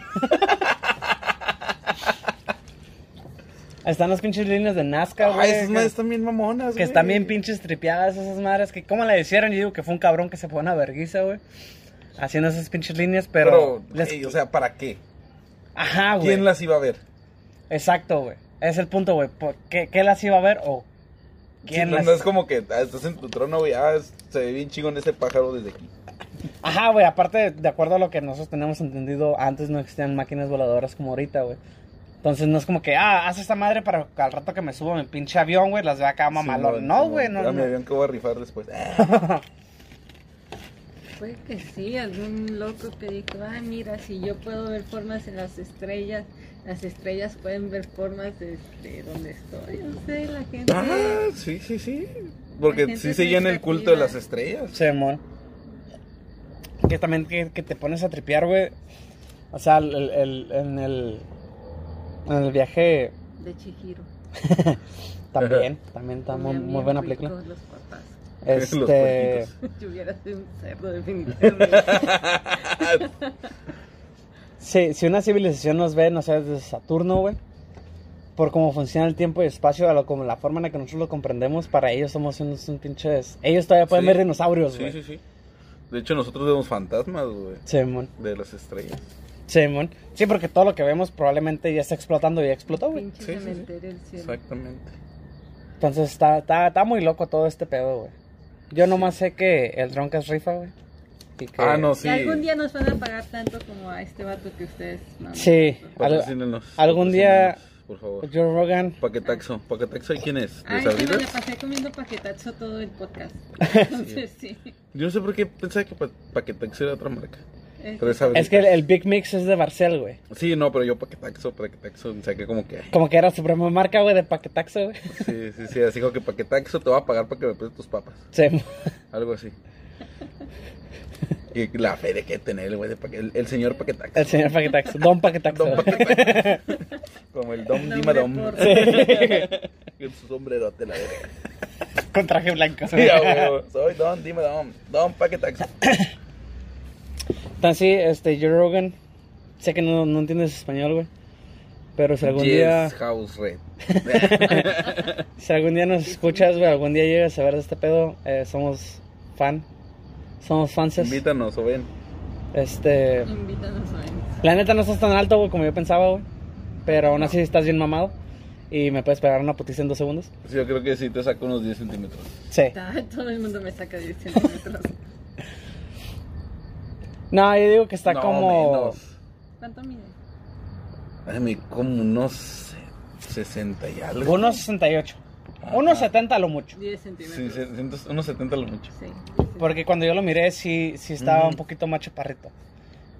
Están las pinches líneas de Nazca,
Ah,
güey.
esas
que-
madres están bien mamonas,
que
güey.
están bien pinches tripeadas esas madres. Que como la hicieron, yo digo que fue un cabrón que se fue a una verguiza, güey. Haciendo esas pinches líneas, pero.
Pero,
les-
ey, o sea, ¿para qué?
Ajá, güey.
¿Quién las iba a ver?
Exacto, güey. Es el punto, güey. ¿Por qué, qué las iba a ver o quién
Sí, no,
las.?
no es como que ah, estás en tu trono, güey. Ah, es- se ve bien chingón ese pájaro desde aquí.
Ajá, güey. Aparte, de acuerdo a lo que nosotros tenemos entendido, antes no existían máquinas voladoras como ahorita, güey. Entonces no es como que, ah, haz esta madre para que al rato que me subo a mi pinche avión, güey, las vea
Ah,
acá mamalón.
Simón,
no,
Simón.
güey, no.
Ya
no.
me habían que voy a rifar después.
Puede que sí, algún loco que dijo, ah, mira, si yo puedo ver formas en las estrellas, las estrellas pueden ver formas desde donde estoy. No sé, la gente...
[laughs] Ah, sí, sí, sí.
La
Porque
gente
sí
es
se
muy
llena el culto de
creativa.
las [laughs] estrellas.
Simón. Que también que, que te pones a tripear, güey. O sea, el- el- el- en el. En el viaje
De Chihiro.
[laughs]
también. También está muy,
Comía
muy
bien
buena
rico
película.
Los papás.
Los
Este.
puerquitos.
[laughs] Yo hubiera sido un
[laughs]
cerdo definitivamente.
Si, si una civilización nos ve, no sé, desde Saturno, güey, por cómo funciona el tiempo y espacio, a lo, como la forma en la que nosotros lo comprendemos, para ellos somos unos un pinches. Ellos todavía pueden
Sí.
ver dinosaurios,
Sí,
güey.
sí, sí. De hecho, nosotros vemos fantasmas, güey.
Simón,
De las estrellas.
Simón. Sí, porque todo lo que vemos probablemente ya está explotando y ya explotó, güey.
Oh, Pinche
Sí, sí, sí.
cementerio del cielo.
Exactamente.
Entonces está, está, está muy loco todo este pedo, güey. Yo nomás sé que el dron que es rifa, güey. y que-
Ah, no,
Y
sí.
algún día nos van a pagar tanto como a este vato que ustedes maman.
Sí,
Pues
al-
Patrocínenos,
algún día-
patrocínenos, Por favor.
Joe Rogan.
Paquetaxo. Paquetaxo, ¿y quién es? ¿De
Ay, se me
Sabritas?
la pasé comiendo paquetazo todo
[laughs]
el podcast. Entonces, sí.
Yo no sé por qué pensaba que pa- Paquetaxo era otra marca.
Es-
Pero es Sabritas.
Es que el, el Big Mix es de Barcel, güey.
Sí, no, pero yo Paquetaxo, Paquetaxo, o sea que como que...
Como que era su propia marca, güey, de paquetaxo, güey. [laughs]
Sí, sí, sí, así como que Paquetaxo te va a pagar para que me prestes tus papas.
Simón.
Algo así. Y la fe de que tener el güey de Paque- el, el señor Paquetaxo.
[laughs] El señor Paquetaxo. Don
[laughs]
Paquetaxo.
Don
güey.
Paquetaxo. Como el Dom [laughs]
Nombre
Dima Dom.
por-
Con su sombrerote, la verga.
[laughs] Con traje blanco.
Sí, a huevo. Soy Don, dime Don. Don Paquetax.
Tan sí, este, Joe Rogan. Sé que no, no entiendes español, güey. Pero si algún
Yes,
día.
House
[laughs]
Red.
Si algún día nos escuchas, güey, algún día llegas a ver de este pedo, eh, somos fan. Somos fanses.
Invítanos, o ven.
Este.
Invítanos a él.
La neta no estás tan alto, güey, como yo pensaba, güey. Pero aún así estás bien mamado. Y me puedes pegar una putiza en dos segundos.
Sí, Pues Yo creo que sí te saco unos 10 centímetros.
Sí.
Ta- Todo el mundo me saca 10 centímetros.
No, yo digo que está
No,
como.
menos.
¿Cuánto mide?
Ay, me como unos 60 y algo.
Unos 68.
Ajá.
Unos 70 a lo mucho.
10
Sí,
centímetros.
600, unos 70 lo mucho.
Sí,
Porque cuando yo lo miré, sí, sí estaba
Mm.
un poquito más chaparrito.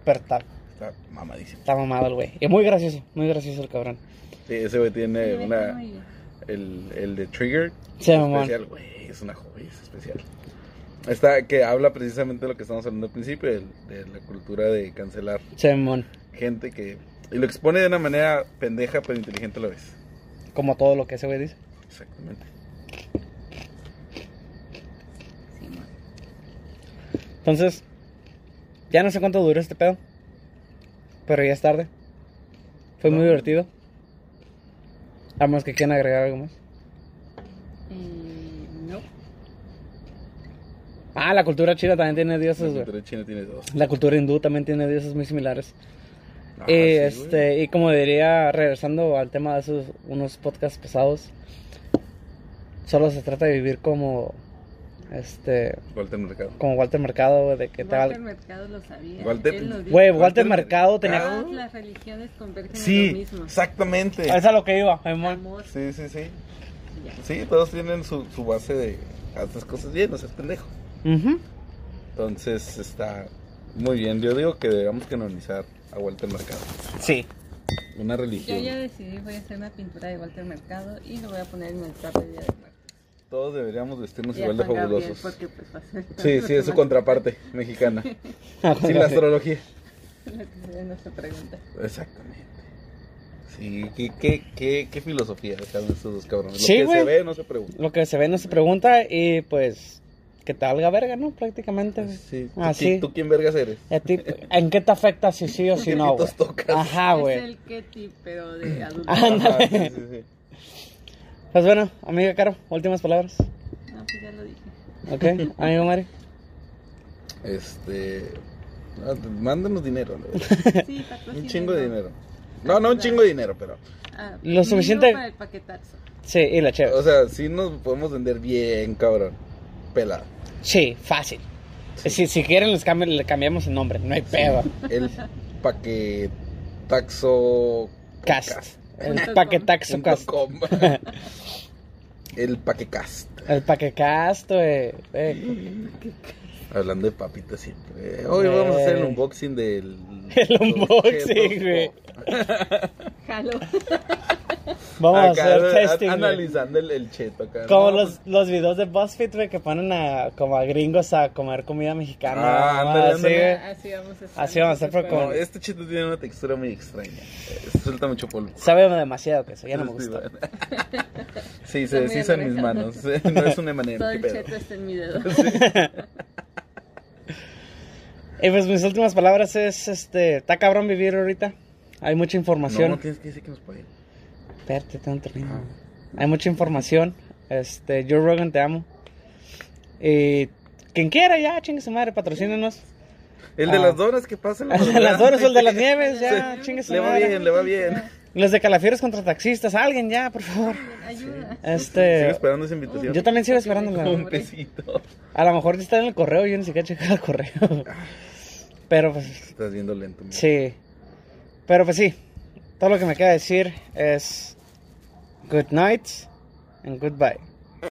Pero está,
Está mamadísimo.
está mamado el güey. Y muy gracioso, muy gracioso el cabrón.
Sí, ese güey tiene
Sí, está
eh, una.
muy bien.
El, el de Trigger.
Sí, mamón.
especial, güey. Es una joya, es especial. Está, que habla precisamente de lo que estamos hablando al principio, del- de la cultura de cancelar
Sí, mamón.
gente que. Y lo expone de una manera pendeja, pero inteligente a la vez.
Como todo lo que ese güey dice.
Exactamente.
Sí, ma.
Entonces, ya no sé cuánto duró este pedo. Pero ya es tarde. Fue muy
No.
divertido. A menos que quieran agregar algo más.
Eh, no.
Ah, la cultura china también tiene
La
dioses, güey.
cultura china tiene dos.
La cultura hindú también tiene dioses muy similares.
Ah,
y,
sí, güey.
este, y como diría, regresando al tema de esos unos podcasts pesados, solo se trata de vivir como este
Walter Mercado.
como Walter Mercado, güey, de que te
Walter
valga.
Mercado lo sabía.
Walter-
Él lo dijo.
Güey, Walter
Walter
Mercado tenía.
Mercado.
Todas las religiones convergen en Ah, lo
Sí,
mismo.
exactamente.
Esa es lo que iba, Simón.
Amor,
Sí, sí, sí.
y ya.
Sí, todos tienen su, su base de haz las cosas bien, no seas pendejo.
Ujú.
Entonces está muy bien. Yo digo que debemos canonizar a Walter Mercado.
Sí.
Una
Yo ya
religión.
decidí, voy a hacer una pintura de Walter Mercado y lo voy a poner en el trapo de Día de Muertos.
Todos deberíamos vestirnos
Y a
igual de
Juan Gabriel,
fabulosos.
porque, pues, va a ser-
Sí, sí, es su contraparte
[laughs]
mexicana. Sin
[laughs]
la astrología.
Lo que sería nuestra pregunta.
Exactamente. Sí, qué, qué, qué, qué filosofía dejaron estos dos cabrones. Lo
Sí,
que
güey.
se ve no se pregunta.
Lo que se ve no se pregunta y pues que te valga verga, ¿no? Prácticamente.
Pues Sí, ¿Tú,
Ah,
qui-
sí.
¿Tú quién vergas eres?
Y a ti, ¿En qué te afecta si sí o si
¿Qué
no, güey?
pitos tocas?
Ajá,
Es
güey.
el Ketty, pero
[clears throat]
de adulto.
Ajá. Ándale.
sí, sí, sí.
Pues bueno, amiga Caro, últimas palabras.
No, pues ya lo
[laughs]
dije.
[laughs]
Ok, amigo Mari.
Este. ah, Mándanos dinero, la
[laughs]
verdad.
Sí, patrocínenos.
Un chingo de dinero. No, no un chingo de dinero, pero.
Ah,
Lo
dinero
suficiente-
para el paquetazo.
Sí, y la chévere.
O sea, sí nos podemos vender bien, cabrón. Pelada.
Sí, fácil. Si, si quieren, les cambi- le cambiamos el nombre. No hay pedo.
El paquetaxo.
Cast. El
Punto
paquetaxo
punto
cast. [laughs]
com. El paquecast.
El paquecast, güey. Eh,
Hablando de papitas siempre. Eh, Hoy vamos a hacer el unboxing del.
[laughs] El unboxing, güey.
Jalo.
Vamos a
Acá,
hacer
a-
testing. güey.
Analizando el, el cheto acá.
Como
No,
los, los videos de BuzzFeed, güey, que ponen a, como a gringos a comer comida mexicana.
Ah,
¿no?
ándale, ándale.
[laughs] Así
Así, güey.
vamos a estar.
Así vamos a estar, pero
No,
con-
este cheto tiene una textura muy extraña. Eh, Suelta mucho polvo.
Sabe demasiado que eso, ya no me gusta. [laughs]
Sí,
Está
se
muy
deshizo en mis manos. eh,
amargado.
No es una
[laughs]
manera.
Todo
qué
el
pedo.
cheto está en mi dedo.
[laughs]
Y pues mis últimas palabras es, este, está cabrón vivir ahorita. Hay
No,
mucha información.
no tienes que decir que nos paguen.
Espérate, tengo que terminar.
Ah.
Hay mucha información. Este, Joe Rogan, te amo. Y quien quiera ya, chingue su madre, patrocínenos.
El de
Ah.
las donas que pasa. en la
El de [laughs] las donas, el de las nieves, ya, chingue su
Le va
madre.
bien, le va bien.
Los de Calafieros contra taxistas, alguien ya, por favor.
Ayuda.
Sigo
Este,
esperando esa invitación.
yo también sigo esperando.
Un
la-
pesito.
A lo mejor está en el correo, yo ni siquiera he checado el correo. Pero pues,
Estás viendo lento. mira.
Sí. Pero pues sí. Todo lo que me queda decir es good night and goodbye.